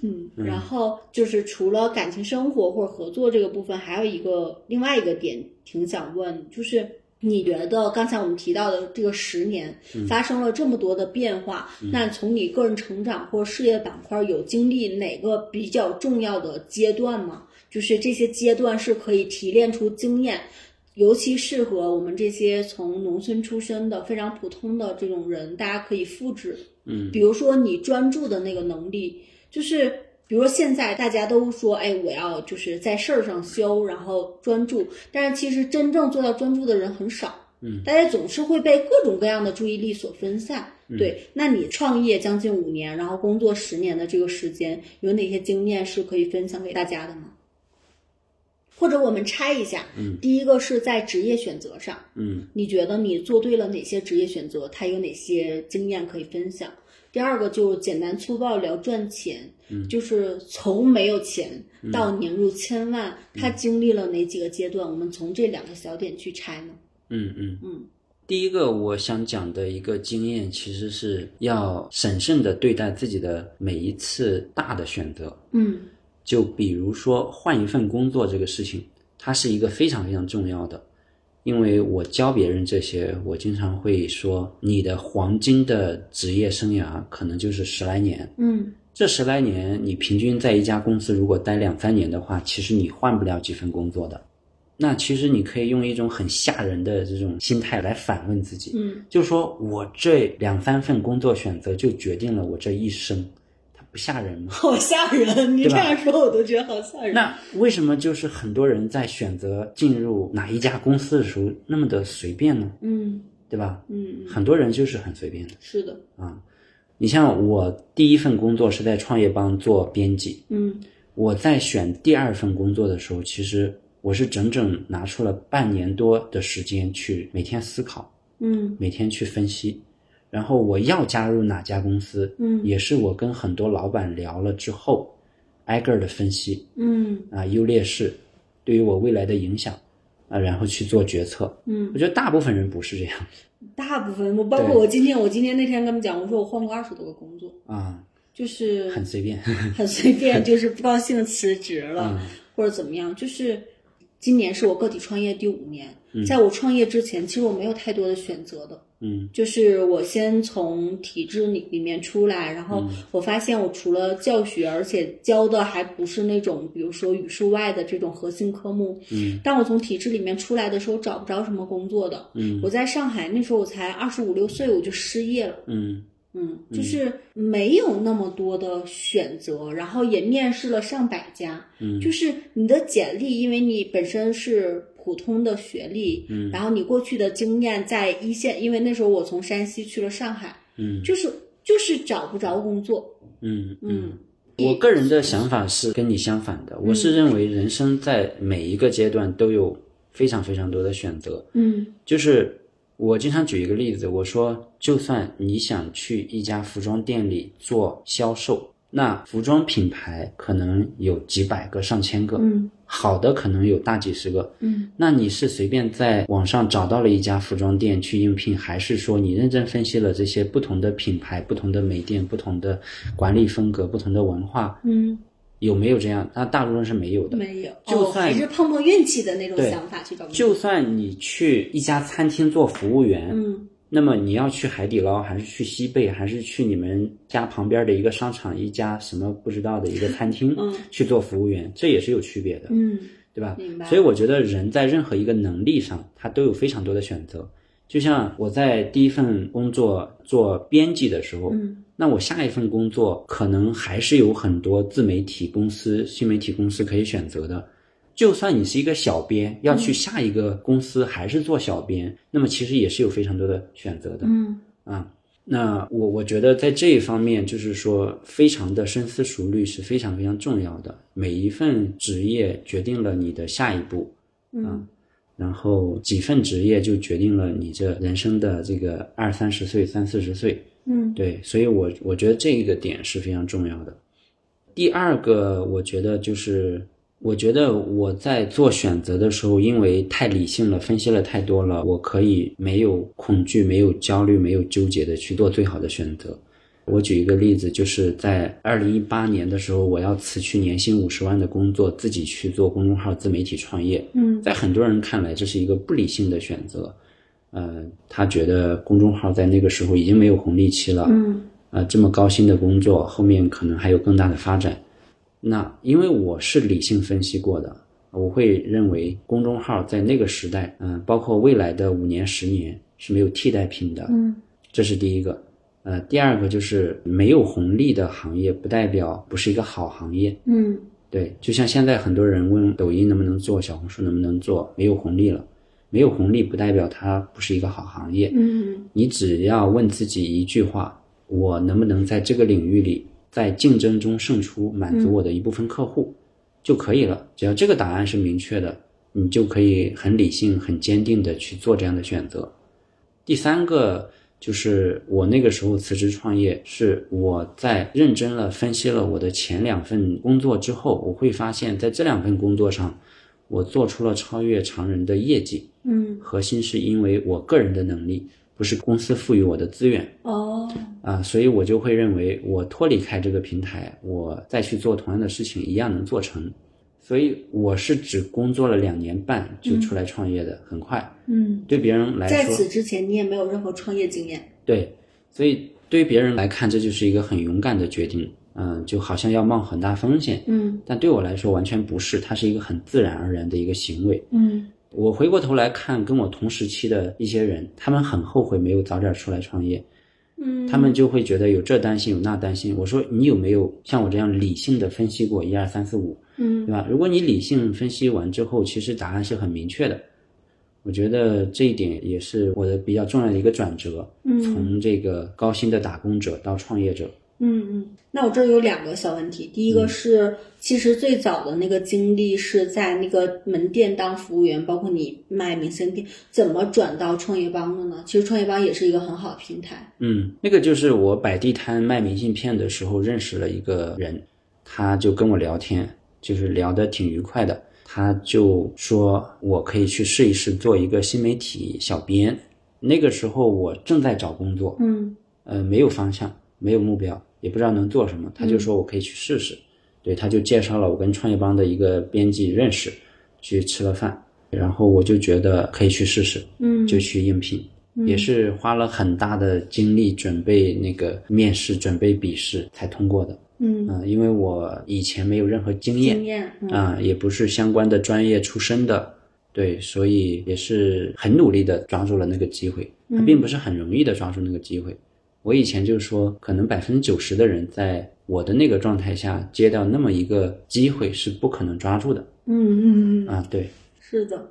S2: 嗯，然后就是除了感情生活或者合作这个部分，还有一个另外一个点挺想问，就是。你觉得刚才我们提到的这个十年发生了这么多的变化，那从你个人成长或事业板块有经历哪个比较重要的阶段吗？就是这些阶段是可以提炼出经验，尤其适合我们这些从农村出身的非常普通的这种人，大家可以复制。
S1: 嗯
S2: 比如说你专注的那个能力，就是比如说现在大家都说，哎，我要就是在事儿上修，然后专注，但是其实真正做到专注的人很少。
S1: 嗯
S2: 大家总是会被各种各样的注意力所分散。
S1: 嗯
S2: 对，那你创业将近五年，然后工作十年的这个时间，有哪些经验是可以分享给大家的吗？或者我们拆一下，
S1: 嗯
S2: 第一个是在职业选择上，
S1: 嗯
S2: 你觉得你做对了哪些职业选择？它有哪些经验可以分享？第二个就简单粗暴聊赚钱，
S1: 嗯
S2: 就是从没有钱到年入千万，
S1: 嗯
S2: 它经历了哪几个阶段？我们从这两个小点去拆呢？
S1: 嗯嗯。
S2: 嗯
S1: 第一个我想讲的一个经验，其实是要审慎的对待自己的每一次大的选择。
S2: 嗯
S1: 就比如说换一份工作这个事情，它是一个非常非常重要的，因为我教别人这些，我经常会说，你的黄金的职业生涯可能就是十来年。
S2: 嗯
S1: 这十来年，你平均在一家公司如果待两三年的话，其实你换不了几份工作的。那其实你可以用一种很吓人的这种心态来反问自己，
S2: 嗯
S1: 就说我这两三份工作选择就决定了我这一生，它不吓人吗？
S2: 好吓人！你
S1: 对
S2: 这
S1: 吧
S2: 样说我都觉得好吓人。
S1: 那为什么就是很多人在选择进入哪一家公司的时候那么的随便呢？
S2: 嗯
S1: 对吧？
S2: 嗯，
S1: 很多人就是很随便的
S2: 是的，
S1: 啊。你像我第一份工作是在创业邦做编辑，
S2: 嗯
S1: 我在选第二份工作的时候，其实我是整整拿出了半年多的时间去每天思考，
S2: 嗯
S1: 每天去分析，然后我要加入哪家公司，
S2: 嗯
S1: 也是我跟很多老板聊了之后，挨个儿的分析，
S2: 嗯
S1: 啊优劣势，对于我未来的影响啊，然后去做决策。
S2: 嗯
S1: 我，觉得大部分人不是这样
S2: 大部分我包括我今天，我今天那天跟他们讲，我说我换过二十多个工作，
S1: 啊，
S2: 就是
S1: 很随便。嗯
S2: 很随便，就是不高兴辞职了、或者怎么样。就是今年是我个体创业第五年，在我创业之前，其实我没有太多的选择的。
S1: 嗯
S2: 就是我先从体制里里面出来，然后我发现我除了教学，而且教的还不是那种比如说语数外的这种核心科目。
S1: 嗯，
S2: 当我从体制里面出来的时候，找不着什么工作的。
S1: 嗯
S2: 我在上海那时候我才二十五六岁，我就失业了。
S1: 嗯
S2: 嗯，就是没有那么多的选择，然后也面试了上百家。
S1: 嗯
S2: 就是你的简历，因为你本身是普通的学历，
S1: 嗯
S2: 然后你过去的经验在一线，因为那时候我从山西去了上海，
S1: 嗯
S2: 就是就是找不着工作。
S1: 嗯嗯
S2: 嗯。
S1: 我个人的想法是跟你相反的，我是认为人生在每一个阶段都有非常非常多的选择。
S2: 嗯
S1: 就是我经常举一个例子，我说，就算你想去一家服装店里做销售，那服装品牌可能有几百个、上千个，
S2: 嗯
S1: 好的可能有大几十个。
S2: 嗯
S1: 那你是随便在网上找到了一家服装店去应聘，还是说你认真分析了这些不同的品牌、不同的美店、不同的管理风格、不同的文化，
S2: 嗯，
S1: 有没有这样？那大部分是没有的。
S2: 没有，
S1: 就
S2: 哦
S1: 算
S2: 还是碰碰运气的那种
S1: 对
S2: 想法去找工作。
S1: 就算你去一家餐厅做服务员，
S2: 嗯
S1: 那么你要去海底捞，还是去西贝，还是去你们家旁边的一个商场一家什么不知道的一个餐厅、
S2: 嗯
S1: 去做服务员，这也是有区别的，
S2: 嗯
S1: 对吧
S2: 明白？
S1: 所以我觉得人在任何一个能力上，他都有非常多的选择。就像我在第一份工作做编辑的时候，
S2: 嗯
S1: 那我下一份工作可能还是有很多自媒体公司、新媒体公司可以选择的。就算你是一个小编，要
S2: 嗯
S1: 去下一个公司还是做小编，那么其实也是有非常多的选择的
S2: 嗯
S1: 啊。那我我觉得在这一方面，就是说非常的深思熟虑是非常非常重要的。每一份职业决定了你的下一步，
S2: 嗯
S1: 然后几份职业就决定了你这人生的这个二三十岁、三四十岁
S2: 嗯
S1: 对，所以我我觉得这个点是非常重要的。第二个，我觉得就是，我觉得我在做选择的时候，因为太理性了，分析了太多了，我可以没有恐惧、没有焦虑、没有纠结的去做最好的选择。我举一个例子，就是在二零一八年的时候，我要辞去年薪五十万的工作，自己去做公众号自媒体创业。
S2: 嗯
S1: 在很多人看来，这是一个不理性的选择。呃，他觉得公众号在那个时候已经没有红利期了，
S2: 嗯
S1: 呃，这么高薪的工作，后面可能还有更大的发展。那因为我是理性分析过的，我会认为公众号在那个时代，嗯、包括未来的五年、十年是没有替代品的，
S2: 嗯
S1: 这是第一个。呃，第二个就是没有红利的行业，不代表不是一个好行业。
S2: 嗯
S1: 对，就像现在很多人问抖音能不能做，小红书能不能做，没有红利了，没有红利不代表它不是一个好行业。
S2: 嗯
S1: 你只要问自己一句话：我能不能在这个领域里，在竞争中胜出，满足我的一部分客户、就可以了。只要这个答案是明确的，你就可以很理性、很坚定的去做这样的选择。第三个就是我那个时候辞职创业，是我在认真了分析了我的前两份工作之后，我会发现在这两份工作上，我做出了超越常人的业绩。
S2: 嗯
S1: 核心是因为我个人的能力，不是公司赋予我的资源
S2: 哦
S1: 啊，所以我就会认为我脱离开这个平台，我再去做同样的事情一样能做成。所以我是只工作了两年半就出来创业的，很快。
S2: 嗯，
S1: 对别人来
S2: 在
S1: 说，
S2: 此之前你也没有任何创业经验。
S1: 对，所以对于别人来看，这就是一个很勇敢的决定，嗯，就好像要冒很大风险，
S2: 嗯
S1: 但对我来说完全不是，它是一个很自然而然的一个行为。
S2: 嗯
S1: 我回过头来看跟我同时期的一些人，他们很后悔没有早点出来创业，
S2: 嗯，
S1: 他们就会觉得有这担心，有那担心。我说你有没有像我这样理性的分析过一二三四五，
S2: 嗯
S1: 对吧？如果你理性分析完之后，其实答案是很明确的。我觉得这一点也是我的比较重要的一个转折，
S2: 嗯
S1: 从这个高薪的打工者到创业者。
S2: 嗯嗯。那我这儿有两个小问题，第一个是，其实最早的那个经历是在那个门店当服务员，包括你卖明星店，怎么转到创业邦的呢？其实创业邦也是一个很好的平台。
S1: 嗯，那个就是我摆地摊卖明信片的时候认识了一个人，他就跟我聊天，就是聊得挺愉快的。他就说我可以去试一试做一个新媒体小编。那个时候我正在找工作，
S2: 嗯
S1: 呃，没有方向，没有目标，也不知道能做什么。他就说我可以去试试，对，他就介绍了我跟创业邦的一个编辑认识，去吃了饭，然后我就觉得可以去试试，
S2: 嗯
S1: 就去应聘。
S2: 嗯
S1: 也是花了很大的精力准备那个面试、准备笔试才通过的。
S2: 嗯，
S1: 嗯、因为我以前没有任何经
S2: 经
S1: 验
S2: 验嗯
S1: 啊、也不是相关的专业出身的，对，所以也是很努力的抓住了那个机会。它
S2: 嗯
S1: 并不是很容易的抓住那个机会。我以前就说，可能百分之九十的人在我的那个状态下接到那么一个机会是不可能抓住的
S2: 嗯嗯嗯，
S1: 啊。对，
S2: 是的，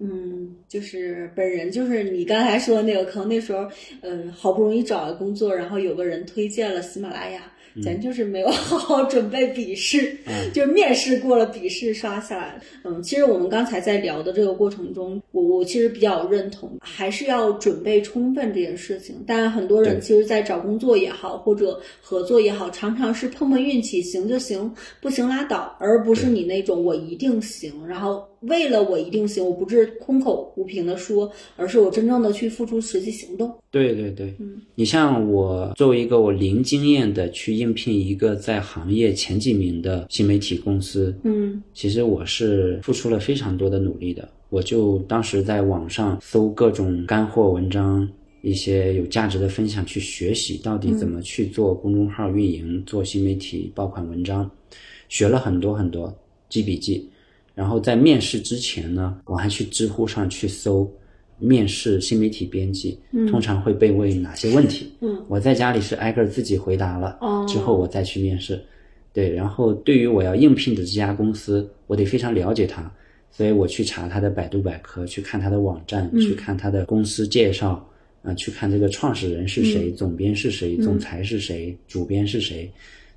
S2: 嗯，就是本人就是你刚才说的那个，可能那时候，呃，好不容易找了工作，然后有个人推荐了喜马拉雅，咱就是没有好好准备笔试，就是面试过了，笔试刷下来了。嗯，其实我们刚才在聊的这个过程中，我我其实比较认同，还是要准备充分这件事情。但很多人
S1: 对
S2: 其实，在找工作也好，或者合作也好，常常是碰碰运气，行就行，不行拉倒，而不是你那种我一定行，然后为了我一定行，我不是空口无凭的说，而是我真正的去付出实际行动。
S1: 对对对，
S2: 嗯
S1: 你像我作为一个我零经验的去应聘一个在行业前几名的新媒体公司，
S2: 嗯
S1: 其实我是付出了非常多的努力的。我就当时在网上搜各种干货文章，一些有价值的分享，去学习到底怎么去做公众号运营、做新媒体爆款文章，学了很多很多，记笔记。然后在面试之前呢，我还去知乎上去搜面试新媒体编辑，
S2: 嗯
S1: 通常会被问哪些问题。
S2: 嗯
S1: 我在家里是挨个儿自己回答了，
S2: 哦
S1: 之后我再去面试。对，然后对于我要应聘的这家公司，我得非常了解它，所以我去查它的百度百科，去看它的网站，
S2: 嗯
S1: 去看它的公司介绍，啊、去看这个创始人是谁，
S2: 嗯
S1: 总编是谁，总裁是谁，主编是谁，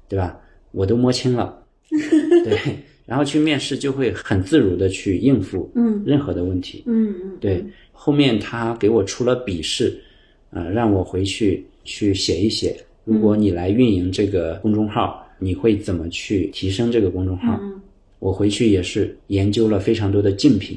S1: 对吧？我都摸清
S2: (laughs)
S1: 了，对，然后去面试就会很自如的去应付
S2: 嗯
S1: 任何的问题。
S2: 嗯嗯，
S1: 对，后面他给我出了笔试，呃，让我回去去写一写，如果你来运营这个公众号，你会怎么去提升这个公众号？
S2: 嗯
S1: 我回去也是研究了非常多的竞品，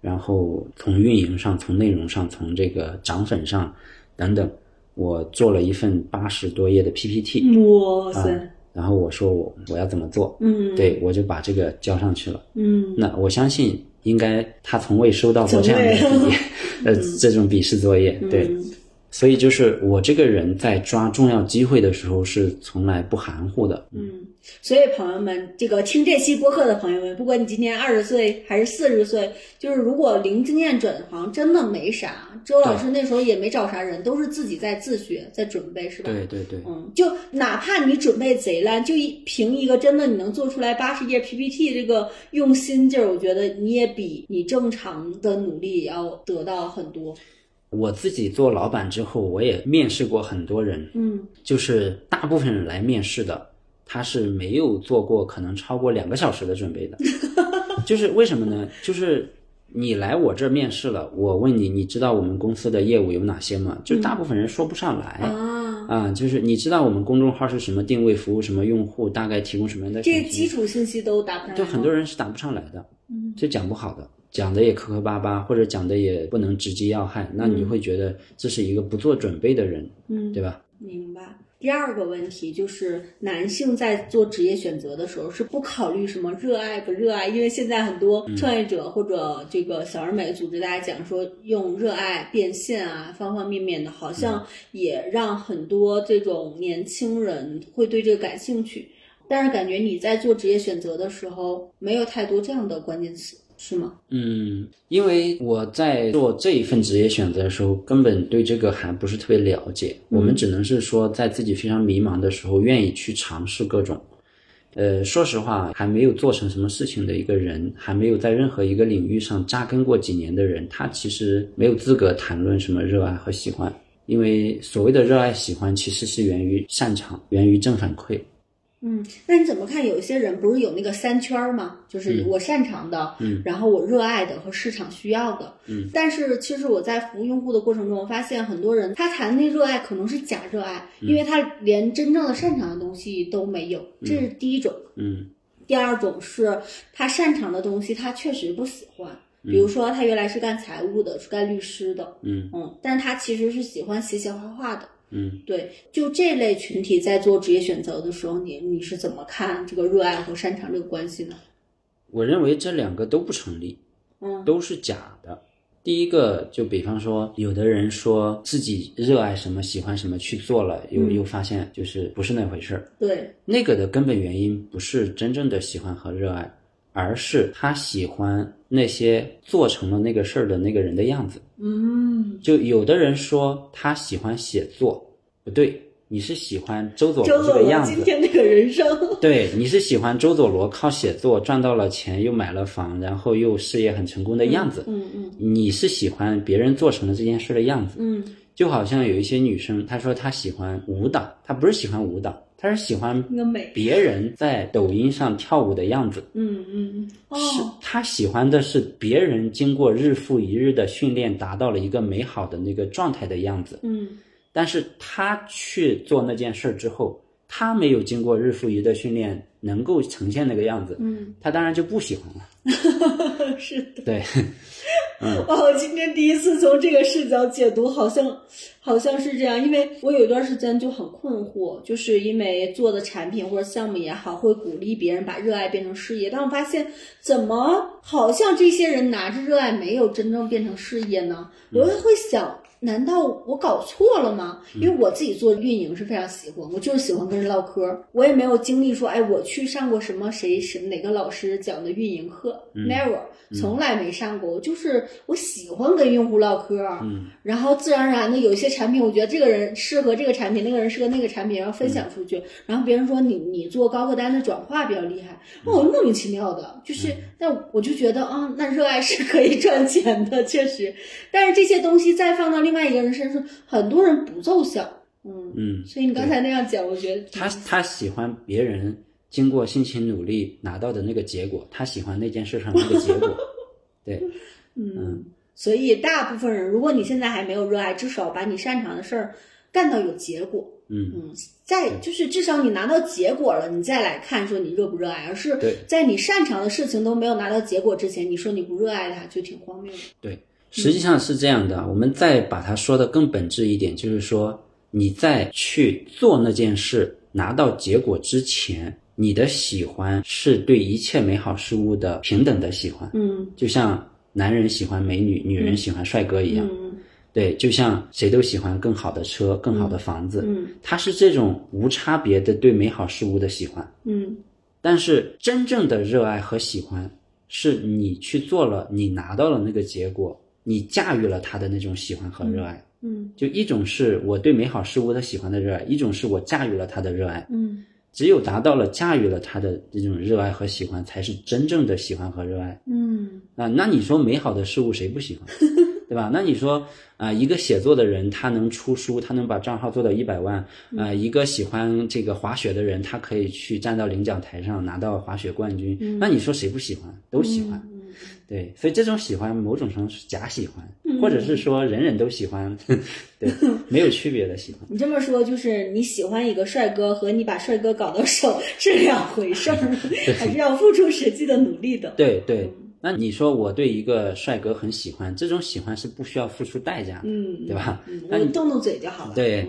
S1: 然后从运营上、从内容上、从这个涨粉上等等，我做了一份八十多页的 PPT，、
S2: 嗯哇塞，
S1: 然后我说我我要怎么做，
S2: 嗯，，
S1: 啊对我就把这个交上去了。
S2: 嗯
S1: 那我相信应该他从未收到过这样的
S2: 从未
S1: 笔， (laughs) 呃，这种笔试作业，对，
S2: 嗯
S1: 所以就是我这个人在抓重要机会的时候是从来不含糊的，
S2: 嗯，所以朋友们，这个听这期播客的朋友们，不管你今年二十岁还是四十岁，就是如果零经验转行，真的没啥。周老师那时候也没找啥人，都是自己在自学，在准备，是吧？
S1: 对对对，
S2: 嗯，就哪怕你准备贼烂，就一凭一个真的你能做出来八十页 PPT 这个用心劲儿，我觉得你也比你正常的努力要得到很多。
S1: 我自己做老板之后，我也面试过很多人，
S2: 嗯
S1: 就是大部分人来面试的，他是没有做过可能超过两个小时的准备
S2: (laughs)
S1: 的，就是为什么呢？就是你来我这儿面试了，我问你，你知道我们公司的业务有哪些吗？就大部分人说不上来。
S2: 嗯啊，
S1: 啊，就是你知道我们公众号是什么定位，服务什么用户，大概提供什么样的
S2: 这
S1: 选
S2: 些
S1: 题
S2: 基础信息都答不上来。
S1: 就很多，人是答不上来的，
S2: 嗯
S1: 就讲不好的，讲的也磕磕巴巴，或者讲的也不能直击要害，那你会觉得这是一个不做准备的人，
S2: 嗯，
S1: 对吧？
S2: 明白。第二个问题就是，男性在做职业选择的时候是不考虑什么热爱不热爱，因为现在很多创业者或者这个小而美组织，大家讲说用热爱变现啊，方方面面的，好像也让很多这种年轻人会对这个感兴趣。但是感觉你在做职业选择的时候，没有太多这样的关键词。是吗？
S1: 嗯，因为我在做这一份职业选择的时候，根本对这个还不是特别了解。我们只能是说，在自己非常迷茫的时候，愿意去尝试各种。呃，说实话，还没有做成什么事情的一个人，还没有在任何一个领域上扎根过几年的人，他其实没有资格谈论什么热爱和喜欢，因为所谓的热爱喜欢，其实是源于擅长，源于正反馈。
S2: 嗯，那你怎么看？有一些人不是有那个三圈儿吗？就是我擅长的，
S1: 嗯
S2: 然后我热爱的和市场需要的，
S1: 嗯。
S2: 但是其实我在服务用户的过程中，我发现很多人他谈那热爱可能是假热爱，
S1: 嗯
S2: 因为他连真正的擅长的东西都没有，这是第一种。
S1: 嗯
S2: 第二种是他擅长的东西，他确实不喜欢。比如说，他原来是干财务的，是干律师的，
S1: 嗯
S2: 嗯，但是他其实是喜欢写写画画的。
S1: 嗯，
S2: 对，就这类群体在做职业选择的时候，你你是怎么看这个热爱和擅长这个关系呢？
S1: 我认为这两个都不成立。
S2: 嗯
S1: 都是假的。第一个，就比方说，有的人说自己热爱什么、喜欢什么去做了，又
S2: 嗯
S1: 又发现就是不是那回事儿。
S2: 对，
S1: 那个的根本原因不是真正的喜欢和热爱，而是他喜欢那些做成了那个事儿的那个人的样子。
S2: 嗯，
S1: 就有的人说他喜欢写作，不对，你是喜欢周佐
S2: 周
S1: 罗这
S2: 总
S1: 个样
S2: 今
S1: 子。
S2: 天这个人生，
S1: 对，你是喜欢周佐罗靠写作赚到了钱，又买了房，然后又事业很成 (laughs) 功的样子。
S2: 嗯嗯
S1: 你是喜欢别人做成了这件事的样子，
S2: 嗯，
S1: 就好像有一些女生，她说她喜欢舞蹈，她不是喜欢舞蹈，她是喜欢
S2: 那个美，
S1: 别人在抖音上跳舞的样子，
S2: 嗯嗯嗯，
S1: 是
S2: 哦，
S1: 她喜欢的是别人经过日复一日的训练达到了一个美好的那个状态的样子，
S2: 嗯
S1: 但是她去做那件事儿之后，她没有经过日复一日的训练，能够呈现那个样子，
S2: 嗯，
S1: 她当然就不喜欢了。
S2: 是的。
S1: (laughs) 对，嗯
S2: (laughs) 哇，我今天第一次从这个视角解读，好像好像是这样，因为我有一段时间就很困惑，就是因为做的产品或者项目也好，会鼓励别人把热爱变成事业，但我发现怎么好像这些人拿着热爱没有真正变成事业呢？我就会想。难道我搞错了吗？因为我自己做运营是非常喜欢，我就是喜欢跟人唠嗑儿，我也没有经历说，哎，我去上过什么谁谁哪个老师讲的运营课、n e v e r 从来没上过。我就是我喜欢跟用户唠嗑儿，
S1: 嗯
S2: 然后自然而然的有一些产品，我觉得这个人适合这个产品，那个人适合那个产品，然后分享出去，然后别人说你你做高客单的转化比较厉害，那我就莫名其妙的，就是，但我就觉得啊，那热爱是可以赚钱的，确实，但是这些东西再放到另外一个人身上，很多人不奏效，嗯，
S1: 嗯。
S2: 所以你刚才那样讲，我觉得
S1: 他他喜欢别人经过辛勤努力拿到的那个结果，他喜欢那件事上那个结
S2: (laughs)
S1: 果。对，
S2: 嗯，所以大部分人，如果你现在还没有热爱，至少把你擅长的事儿干到有结果。
S1: 嗯，
S2: 嗯，再就是至少你拿到结果了，你再来看说你热不热爱，而是
S1: 对
S2: 在你擅长的事情都没有拿到结果之前，你说你不热爱它，就挺荒谬的。
S1: 对，实际上是这样的。我们再把它说的更本质一点，就是说你在去做那件事拿到结果之前，你的喜欢是对一切美好事物的平等的喜欢，
S2: 嗯
S1: 就像男人喜欢美女，女人喜欢帅哥一样。
S2: 嗯
S1: 对，就像谁都喜欢更好的车、更好的房子，
S2: 嗯
S1: 他是这种无差别的对美好事物的喜欢，
S2: 嗯
S1: 但是真正的热爱和喜欢，是你去做了，你拿到了那个结果，你驾驭了他的那种喜欢和热爱。
S2: 嗯
S1: 就一种是我对美好事物的喜欢的热爱，一种是我驾驭了他的热爱。
S2: 嗯
S1: 只有达到了驾驭了他的这种热爱和喜欢，才是真正的喜欢和热爱。
S2: 嗯
S1: 啊，那你说美好的事物谁不喜欢，对吧？那你说啊、一个写作的人他能出书，他能把账号做到一百万，啊、一个喜欢这个滑雪的人，他可以去站到领奖台上拿到滑雪冠军，那你说谁不喜欢？都喜欢，
S2: 嗯
S1: 对，所以这种喜欢某种程度是假喜欢，或者是说人人都喜欢， (laughs) 对，没有区别的喜欢。
S2: 你这么说，就是你喜欢一个帅哥和你把帅哥搞到手是两
S1: (laughs)
S2: 回事儿，还是要付出实际的努力的。
S1: 对对，那你说我对一个帅哥很喜欢，这种喜欢是不需要付出代价的，
S2: 嗯，
S1: 对吧？
S2: 嗯？
S1: 那
S2: 我
S1: 你
S2: 动动嘴就好了。
S1: 对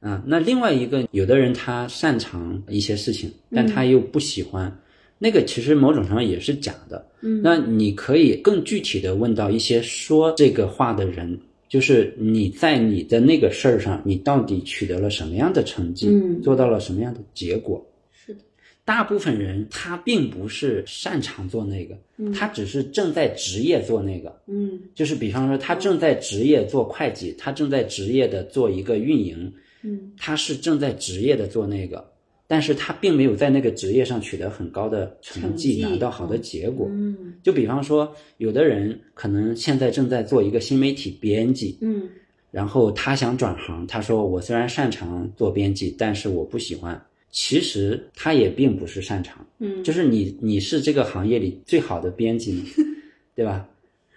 S2: 嗯
S1: 啊，那另外一个，有的人他擅长一些事情，但
S2: 嗯
S1: 他又不喜欢，那个其实某种程度上也是假的。
S2: 嗯
S1: 那你可以更具体的问到一些说这个话的人，就是你在你的那个事儿上，你到底取得了什么样的成绩，
S2: 嗯
S1: 做到了什么样的结果？
S2: 是的，
S1: 大部分人他并不是擅长做那个，他只是正在职业做那个。
S2: 嗯
S1: 就是比方说，他正在职业做会计，他正在职业的做一个运营，
S2: 嗯
S1: 他是正在职业的做那个，但是他并没有在那个职业上取得很高的成绩，
S2: 成绩
S1: 拿到好的结果。
S2: 嗯
S1: 就比方说，有的人可能现在正在做一个新媒体编辑，
S2: 嗯
S1: 然后他想转行，他说我虽然擅长做编辑，但是我不喜欢。其实他也并不是擅长，
S2: 嗯，
S1: 就是你你是这个行业里最好的编辑呢， (laughs) 对吧？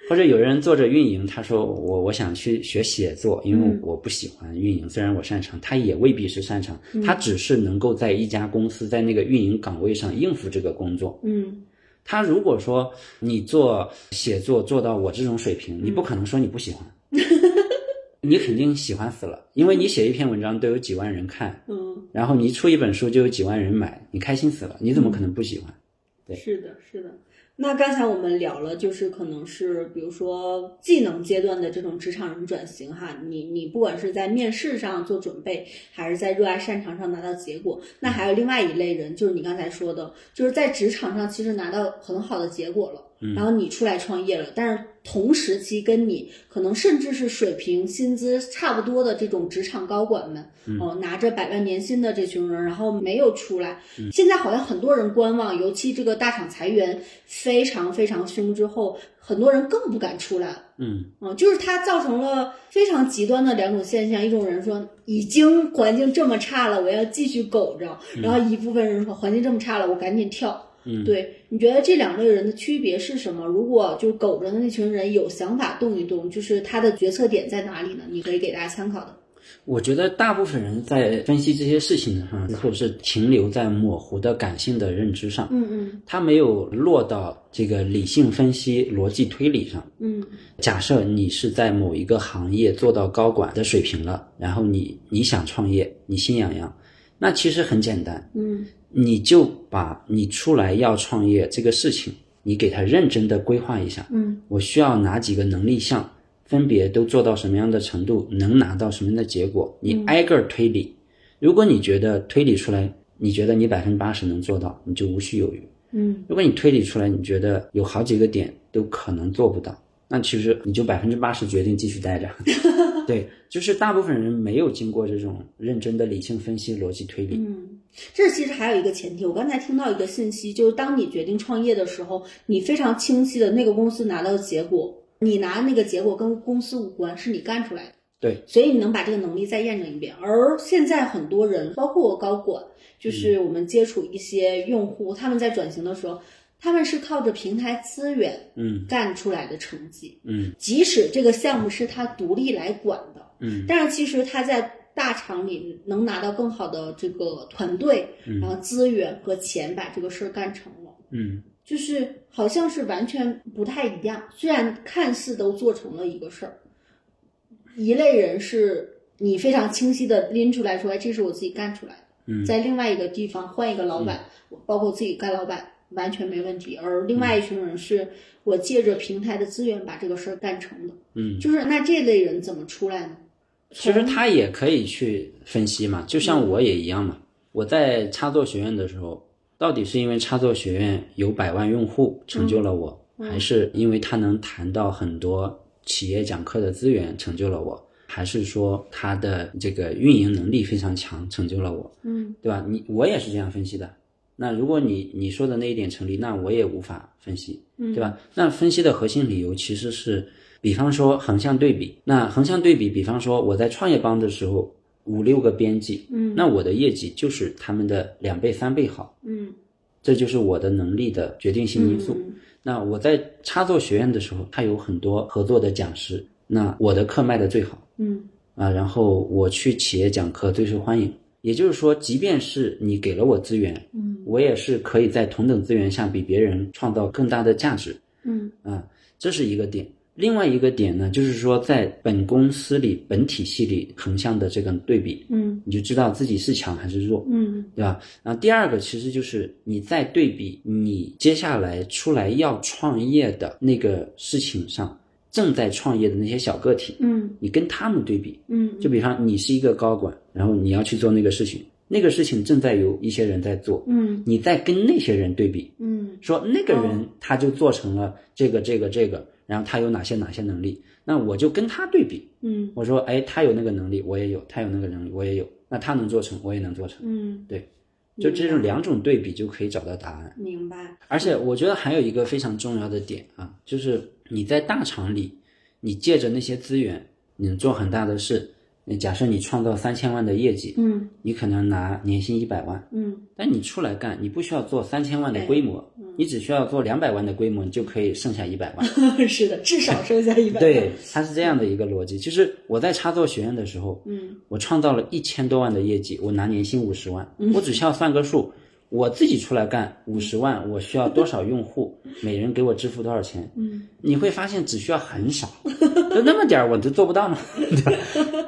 S1: 或者有人做着运营，他说我我想去学写作，因为
S2: 嗯
S1: 我不喜欢运营，虽然我擅长，他也未必是擅长，他只是能够在一家公司在那个运营岗位上应付这个工作。
S2: 嗯
S1: 他如果说你做写作做到我这种水平，你不可能说你不喜欢， (laughs) 你肯定喜欢死了，因为你写一篇文章都有几万人看，
S2: 嗯，
S1: 然后你出一本书就有几万人买，你开心死了，你怎么可能不喜欢？对
S2: 是的，是的。那刚才我们聊了，就是可能是比如说技能阶段的这种职场人转型哈，你你不管是在面试上做准备，还是在热爱擅长上拿到结果，那还有另外一类人，就是你刚才说的，就是在职场上其实拿到很好的结果了，然后你出来创业了，但是同时期跟你可能甚至是水平、薪资差不多的这种职场高管们，哦，拿着百万年薪的这群人，然后没有出来。现在好像很多人观望，尤其这个大厂裁员非常非常凶之后，很多人更不敢出来了。
S1: 嗯，
S2: 嗯，就是它造成了非常极端的两种现象，一种人说已经环境这么差了，我要继续苟着，然后一部分人说环境这么差了，我赶紧跳。
S1: 嗯
S2: 对，你觉得这两类人的区别是什么？如果就苟着的那群人有想法动一动，就是他的决策点在哪里呢？你可以给大家参考的。
S1: 我觉得大部分人在分析这些事情的时候，是停留在模糊的感性的认知上，
S2: 嗯
S1: 他没有落到这个理性分析、逻辑推理上。
S2: 嗯
S1: 假设你是在某一个行业做到高管的水平了，然后你你想创业，你心痒痒，那其实很简单，
S2: 嗯
S1: 你就把你出来要创业这个事情，你给它认真的规划一下。
S2: 嗯
S1: 我需要哪几个能力项，分别都做到什么样的程度，能拿到什么样的结果，你挨个儿推理。如果你觉得推理出来，你觉得你百分之八十能做到，你就无需有余。
S2: 嗯
S1: 如果你推理出来，你觉得有好几个点都可能做不到，那其实你就百分之八十决定继续待着。对，就是大部分人没有经过这种认真的理性分析、逻辑推理。
S2: 嗯，这其实还有一个前提，我刚才听到一个信息，就是当你决定创业的时候，你非常清晰的那个公司拿到的结果，你拿那个结果跟公司无关，是你干出来的。
S1: 对，
S2: 所以你能把这个能力再验证一遍。而现在很多人，包括我高管，就是我们接触一些用户，他们在转型的时候，他们是靠着平台资源
S1: 嗯
S2: 干出来的成绩，
S1: 嗯
S2: 即使这个项目是他独立来管的，
S1: 嗯
S2: 但是其实他在大厂里能拿到更好的这个团队，
S1: 嗯
S2: 然后资源和钱把这个事儿干成了，
S1: 嗯，
S2: 就是好像是完全不太一样。虽然看似都做成了一个事儿，一类人是你非常清晰的拎出来说，哎，这是我自己干出来的，
S1: 嗯
S2: 在另外一个地方换一个老板，我包括自己干老板。完全没问题，而
S1: 嗯
S2: 另外一群人是我借着平台的资源把这个事儿干成的，
S1: 嗯。
S2: 就是那这类人怎么出来呢？
S1: 其实他也可以去分析嘛，就像我也一样嘛。我在插座学院的时候，到底是因为插座学院有百万用户成就了我，还是因为他能谈到很多企业讲课的资源成就了我，还是说他的这个运营能力非常强成就了我，
S2: 嗯
S1: 对吧？你我也是这样分析的。那如果你你说的那一点成立，那我也无法分析。
S2: 嗯
S1: 对？吧？那分析的核心理由其实是，比方说横向对比。那横向对比，比方说我在创业邦的时候，五六个编辑，
S2: 嗯
S1: 那我的业绩就是他们的两倍、三倍好，
S2: 嗯
S1: 这就是我的能力的决定性因素。
S2: 嗯
S1: 那我在插座学院的时候，它有很多合作的讲师，那我的课卖的最好
S2: 嗯
S1: 啊，然后我去企业讲课最受欢迎。也就是说，即便是你给了我资源，
S2: 嗯
S1: 我也是可以在同等资源下比别人创造更大的价值。
S2: 嗯
S1: 啊，这是一个点。另外一个点呢，就是说在本公司里、本体系里横向的这个对比，
S2: 嗯
S1: 你就知道自己是强还是弱，
S2: 嗯
S1: 对吧？然后第二个其实就是你在对比你接下来出来要创业的那个事情上，正在创业的那些小个体，
S2: 嗯
S1: 你跟他们对比，
S2: 嗯
S1: 就比方你是一个高管，然后你要去做那个事情，那个事情正在有一些人在做，
S2: 嗯
S1: 你在跟那些人对比，
S2: 嗯
S1: 说那个
S2: 哦
S1: 人他就做成了这个这个这个，然后他有哪些哪些能力，那我就跟他对比，
S2: 嗯
S1: 我说，哎，他有那个能力，我也有；他有那个能力，我也有。那他能做成，我也能做成。
S2: 嗯，
S1: 对，就这种两种对比就可以找到答案。
S2: 明白，
S1: 而且我觉得还有一个非常重要的点啊，就是你在大厂里，你借着那些资源，你能做很大的事。你假设你创造三千万的业绩，
S2: 嗯
S1: 你可能拿年薪一百万，
S2: 嗯
S1: 但你出来干，你不需要做三千万的规模，你只需要做两百万的规模，你就可以剩下一百万。
S2: (laughs) 是的，至少剩下一百，
S1: 对，它是这样的一个逻辑。就是我在插座学院的时候，
S2: 嗯
S1: 我创造了一千多万的业绩，我拿年薪五十万，我只需要算个数，我自己出来干五十万，我需要多少用户， (laughs) 每人给我支付多少钱？
S2: 嗯，
S1: 你会发现只需要很少，就那么点儿我都做不到吗？
S2: (laughs)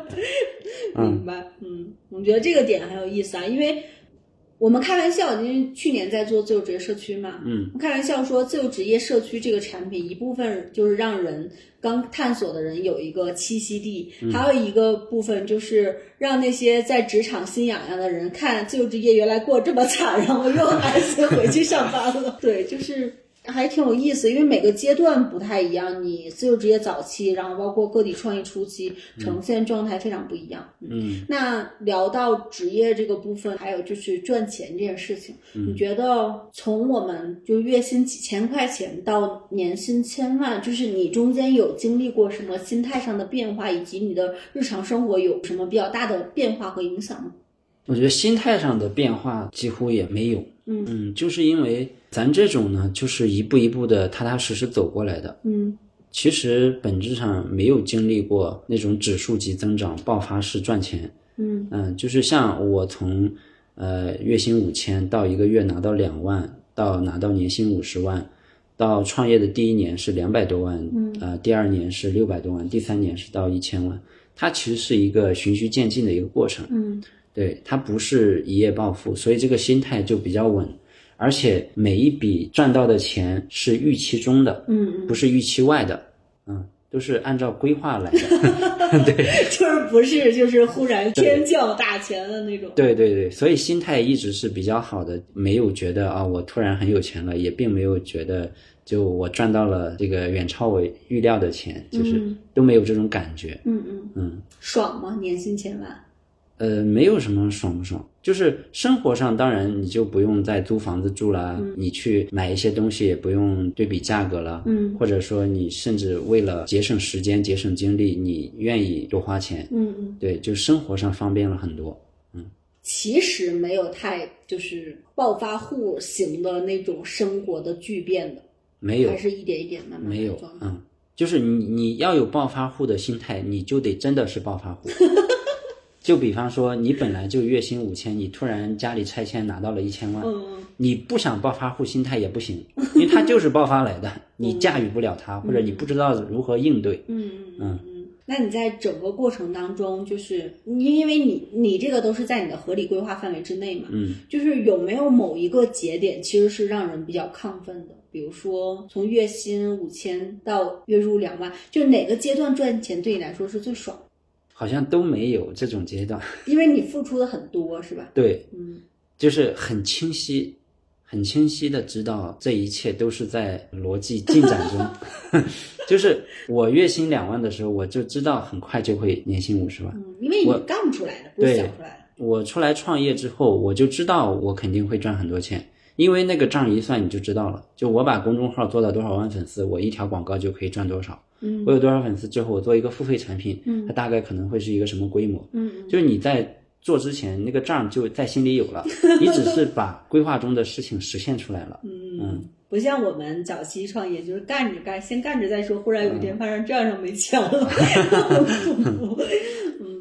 S2: 明白，嗯，我觉得这个点很有意思啊，因为我们开玩笑，因为去年在做自由职业社区嘛，
S1: 嗯，
S2: 我开玩笑说自由职业社区这个产品，一部分就是让人刚探索的人有一个栖息地，还有一个部分就是让那些在职场心痒痒的人看自由职业原来过这么惨，然后又很安心回去上班了。 (laughs) 对，就是。还挺有意思，因为每个阶段不太一样。你自由职业早期，然后包括个体创业初期，呈现状态非常不一样。
S1: 嗯，
S2: 那聊到职业这个部分，还有就是赚钱这件事情，
S1: 嗯
S2: 你觉得从我们就月薪几千块钱到年薪千万，就是你中间有经历过什么心态上的变化，以及你的日常生活有什么比较大的变化和影响吗？
S1: 我觉得心态上的变化几乎也没有。
S2: 嗯
S1: 嗯，就是因为咱这种呢，就是一步一步的踏踏实实走过来的。
S2: 嗯
S1: 其实本质上没有经历过那种指数级增长、爆发式赚钱。
S2: 嗯
S1: 嗯，就是像我从呃月薪五千到一个月拿到两万，到拿到年薪五十万，到创业的第一年是两百多万，
S2: 嗯
S1: 呃，第二年是六百多万，第三年是到一千万。它其实是一个循序渐进的一个过程。
S2: 嗯
S1: 对，它不是一夜暴富，所以这个心态就比较稳，而且每一笔赚到的钱是预期中的，
S2: 嗯， (laughs)
S1: 不是预期外的，嗯，都是按照规划来的。 (laughs)
S2: 就是不是就是忽然天降大钱的那种。
S1: 对对对，所以心态一直是比较好的，没有觉得啊、我突然很有钱了，也并没有觉得就我赚到了这个远超我预料的钱，就是
S2: 嗯
S1: 都没有这种感觉。
S2: 嗯嗯，
S1: 嗯，
S2: 爽吗？年薪千万？
S1: 呃，没有什么爽不爽，就是生活上，当然你就不用再租房子住啦，
S2: 嗯
S1: 你去买一些东西也不用对比价格了，
S2: 嗯
S1: 或者说你甚至为了节省时间、节省精力，你愿意多花钱，
S2: 嗯嗯。
S1: 对，就生活上方便了很多。
S2: 其实没有太就是暴发户型的那种生活的巨变的，
S1: 没有
S2: 还，是一点一点慢慢
S1: 没有
S2: 装，
S1: 嗯，就是你你要有暴发户的心态，你就得真的是暴发
S2: (laughs)
S1: 户。就比方说，你本来就月薪五千，你突然家里拆迁拿到了一千万，
S2: 嗯
S1: 你不想暴发户心态也不行，因为他就是爆发来的，你驾驭不了他，或者你不知道如何应对。
S2: 嗯嗯嗯嗯。那你在整个过程当中，就是你因为你你这个都是在你的合理规划范围之内嘛，
S1: 嗯，
S2: 就是有没有某一个节点其实是让人比较亢奋的？比如说从月薪五千到月入两万，就哪个阶段赚钱对你来说是最爽？
S1: 好像都没有这种阶段。
S2: 因为你付出的很多，是吧？
S1: 对，
S2: 嗯
S1: 就是很清晰、很清晰的知道这一切都是在逻辑进展中。 (laughs) 就是我月薪两万的时候，我就知道很快就会年薪五十万。
S2: 嗯，因为你
S1: 我
S2: 干不出来的，不是
S1: 对
S2: 想出来的。
S1: 我出来创业之后，我就知道我肯定会赚很多钱，因为那个账一算你就知道了。就我把公众号做到多少万粉丝，我一条广告就可以赚多少。
S2: 嗯
S1: 我有多少粉丝之后，我做一个付费产品，
S2: 嗯
S1: 它大概可能会是一个什么规模？
S2: 嗯
S1: 就是你在做之前，那个账就在心里有
S2: (laughs)
S1: 了，你只是把规划中的事情实现出来了。
S2: 嗯，不像我们早期创业，就是干着干，先干着再说，忽然有一
S1: 嗯
S2: 天发现账上没
S1: (laughs)
S2: 钱了， (laughs)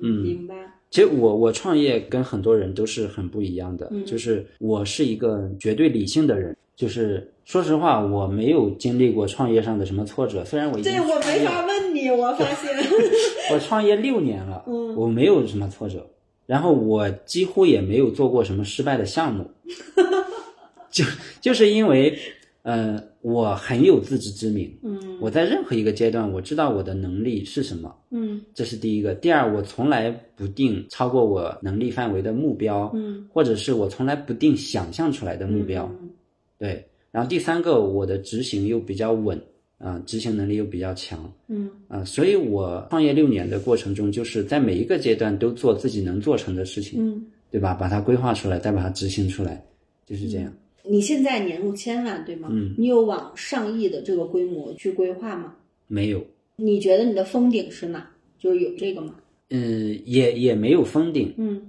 S2: 嗯，明白，
S1: 其实我我创业跟很多人都是很不一样的，
S2: 嗯
S1: 就是我是一个绝对理性的人，就是说实话，我没有经历过创业上的什么挫折，虽然我已经
S2: 这我没法问你，我发
S1: (laughs)
S2: 现，
S1: 我创业六年
S2: (laughs)
S1: 了，
S2: 嗯
S1: 我没有什么挫折，然后我几乎也没有做过什么失败的项目，就就是因为，呃，我很有自知之明，
S2: 嗯
S1: 我在任何一个阶段，我知道我的能力是什么，
S2: 嗯
S1: 这是第一个。第二，我从来不定超过我能力范围的目标，
S2: 嗯
S1: 或者是我从来不定想象出来的目标，对。然后第三个，我的执行又比较稳，啊、执行能力又比较强，
S2: 嗯
S1: 啊、所以我创业六年的过程中，就是在每一个阶段都做自己能做成的事情，
S2: 嗯，
S1: 对吧？把它规划出来，再把它执行出来，就是这样。
S2: 你现在年入千万对吗？
S1: 嗯，
S2: 你有往上亿的这个规模去规划吗？
S1: 没有，
S2: 你觉得你的封顶是哪？就是有这个吗？
S1: 嗯，也也没有封顶，
S2: 嗯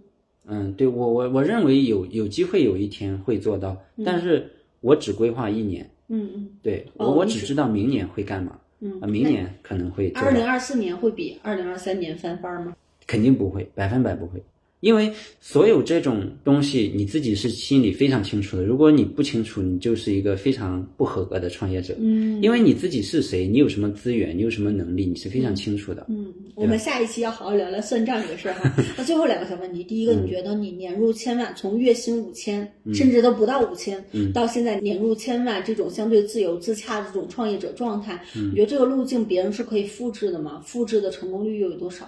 S1: 嗯，对我我我认为有有机会有一天会做到，但是我只规划一年，
S2: 嗯嗯
S1: 对我、
S2: 哦
S1: 我
S2: 你
S1: 只
S2: 是
S1: 知道明年会干嘛，
S2: 嗯
S1: 啊、明年可能会做
S2: 二零
S1: 到，
S2: 二四年会比二零二三年翻番吗？
S1: 肯定不会，百分百不会，因为所有这种东西你自己是心里非常清楚的，如果你不清楚，你就是一个非常不合格的创业者，
S2: 嗯
S1: 因为你自己是谁，你有什么资源，你有什么能力，你是非常清楚的，
S2: 嗯，我
S1: 啊
S2: 们下一期要好好聊聊算账这个事儿
S1: (laughs)
S2: 哈。那最后两个小问题，第一个，你觉得你年入千万，从月薪五千，
S1: 嗯
S2: 甚至都不到五千，到现在年入千万这种相对自由自洽的这种创业者状态，
S1: 嗯
S2: 你觉得这个路径别人是可以复制的吗？复制的成功率又有多少？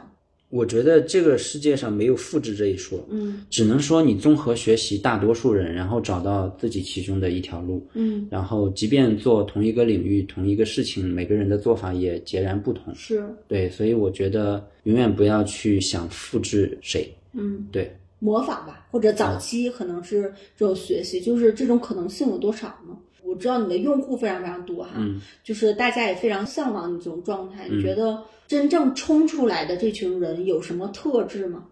S1: 我觉得这个世界上没有复制这一说，
S2: 嗯
S1: 只能说你综合学习大多数人，然后找到自己其中的一条路。
S2: 嗯，
S1: 然后，即便做同一个领域、同一个事情，每个人的做法也截然不同。
S2: 嗯是，
S1: 对，所以我觉得永远不要去想复制谁。
S2: 嗯，
S1: 对，
S2: 模仿吧，或者早期可能是这种学习，就是这种可能性有多少呢？我知道你的用户非常非常多哈，
S1: 嗯
S2: 就是大家也非常向往你这种状态。你
S1: 嗯
S2: 觉得真正冲出来的这群人有什么特质吗？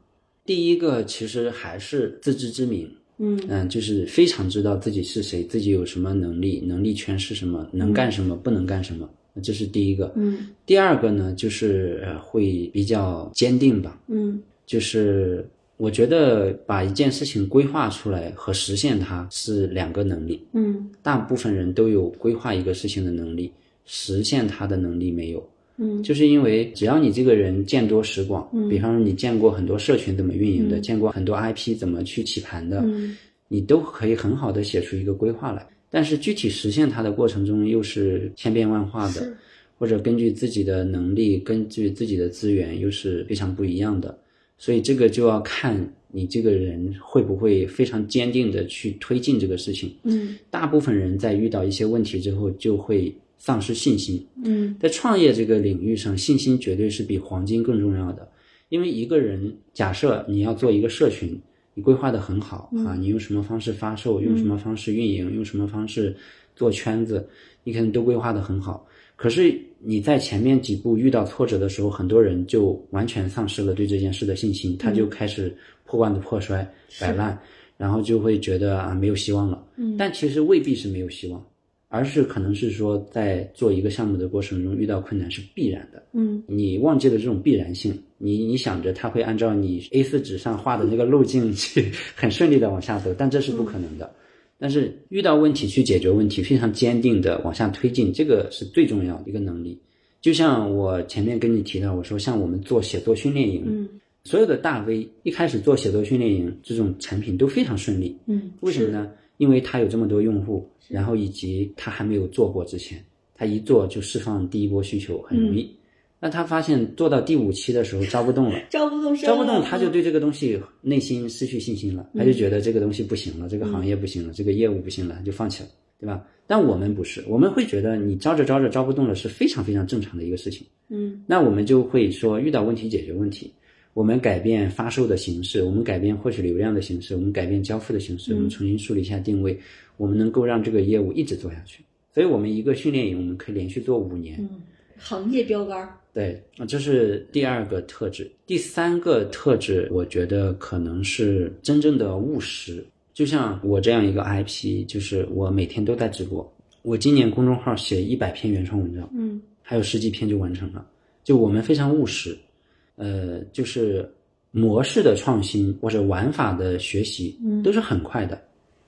S1: 第一个其实还是自知之明，
S2: 嗯
S1: 嗯，就是非常知道自己是谁，自己有什么能力，能力圈是什么，能干什么，不能干什么，这是第一个。
S2: 嗯
S1: 第二个呢，就是呃会比较坚定吧，
S2: 嗯
S1: 就是我觉得把一件事情规划出来和实现它是两个能力，
S2: 嗯
S1: 大部分人都有规划一个事情的能力，实现它的能力没有。
S2: 嗯
S1: 就是因为只要你这个人见多识广，
S2: 嗯
S1: 比方说你见过很多社群怎么运营的，
S2: 嗯
S1: 见过很多 IP 怎么去起盘的，
S2: 嗯
S1: 你都可以很好的写出一个规划来。但是具体实现它的过程中，又是千变万化的。
S2: 是
S1: 或者根据自己的能力，根据自己的资源，又是非常不一样的。所以这个就要看你这个人会不会非常坚定的去推进这个事情。
S2: 嗯
S1: 大部分人在遇到一些问题之后，就会丧失信心。
S2: 嗯
S1: 在创业这个领域上，信心绝对是比黄金更重要的。因为一个人，假设你要做一个社群，你规划的很好、
S2: 嗯
S1: 啊，你用什么方式发售，用什么方式运营，用什么方式做圈子，你可能都规划的很好。可是你在前面几步遇到挫折的时候，很多人就完全丧失了对这件事的信心，他就开始破罐子破摔、摆烂，然后就会觉得啊没有希望了。
S2: 嗯，
S1: 但其实未必是没有希望，而是可能是说在做一个项目的过程中遇到困难是必然的。
S2: 嗯
S1: 你忘记了这种必然性，你你想着它会按照你 A 4纸上画的那个路径去很顺利的往下走，但这是不可能的。但是遇到问题去解决问题，非常坚定的往下推进，这个是最重要的一个能力。就像我前面跟你提到，我说像我们做写作训练营，
S2: 嗯
S1: 所有的大 V 一开始做写作训练营这种产品都非常顺利，
S2: 嗯，
S1: 为什么呢？因为它有这么多用户，然后以及它还没有做过之前，它一做就释放第一波需求，很容易。那他发现做到第五期的时候招不动了，
S2: 是？招不动生，
S1: 招不动，他就对这个东西内心失去信心了，他就觉得这个东西不行了，这个行业不行了，这个业务不行了，就放弃了，对吧？但我们不是，我们会觉得你招着招着招不动了是非常非常正常的一个事情。
S2: 嗯
S1: 那我们就会说，遇到问题解决问题，我们改变发售的形式，我们改变获取流量的形式，我们改变交付的形式，
S2: 嗯
S1: 我们重新梳理一下定位，我们能够让这个业务一直做下去。所以，我们一个训练营，我们可以连续做五年。
S2: 嗯，行业标杆儿，
S1: 对，啊这是第二个特质。第三个特质，我觉得可能是真正的务实。就像我这样一个 IP，就是我每天都在直播。我今年公众号写一百篇原创文章，
S2: 嗯
S1: 还有十几篇就完成了。就我们非常务实，呃，就是模式的创新或者玩法的学习
S2: 嗯，
S1: 都是很快的。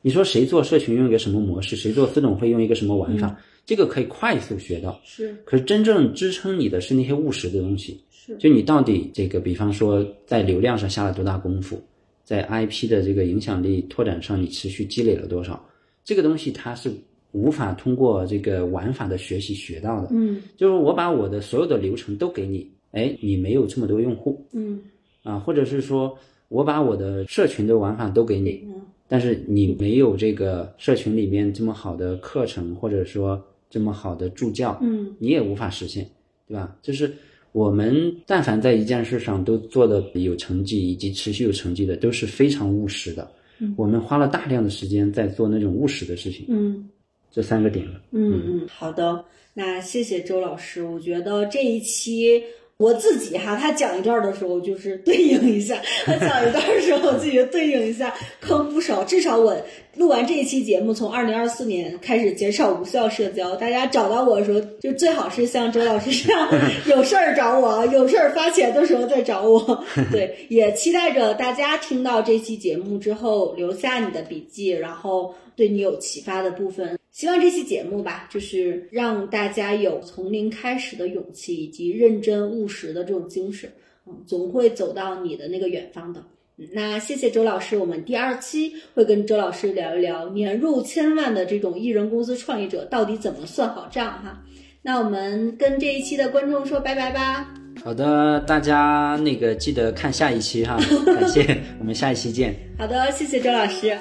S1: 你说谁做社群用一个什么模式，谁做私董会用一个什么玩法，这个可以快速学到。
S2: 是
S1: 可是真正支撑你的是那些务实的东西，
S2: 是，
S1: 就你到底这个，比方说在流量上下了多大功夫，在 IP 的这个影响力拓展上你持续积累了多少，这个东西它是无法通过这个玩法的学习学到的。
S2: 嗯
S1: 就是我把我的所有的流程都给你，哎，你没有这么多用户
S2: 嗯
S1: 啊，或者是说我把我的社群的玩法都给你，
S2: 嗯
S1: 但是你没有这个社群里面这么好的课程，或者说这么好的助教，
S2: 嗯
S1: 你也无法实现，对吧？就是我们但凡在一件事上都做的有成绩以及持续有成绩的，都是非常务实的
S2: 嗯。
S1: 我们花了大量的时间在做那种务实的事情，
S2: 嗯。
S1: 这三个点了。
S2: 嗯，嗯，好的，那谢谢周老师。我觉得这一期我自己哈，他讲一段的时候就是对应一下，他讲一段的时候我自己就对应一下，坑不少。至少我录完这一期节目，从二零二四年开始减少无效社交。大家找到我的时候，就最好是像周老师这样，有事儿找我，有事儿发钱的时候再找我。对，也期待着大家听到这期节目之后留下你的笔记，然后对你有启发的部分。希望这期节目吧，就是让大家有从零开始的勇气，以及认真务实的这种精神，嗯，总会走到你的那个远方的。嗯那谢谢周老师，我们第二期会跟周老师聊一聊年入千万的这种艺人公司创业者到底怎么算好账哈。那我们跟这一期的观众说拜拜吧，
S1: 好的，大家那个记得看下一期哈，感谢，我们下一期见。
S2: 好的，谢谢周老师。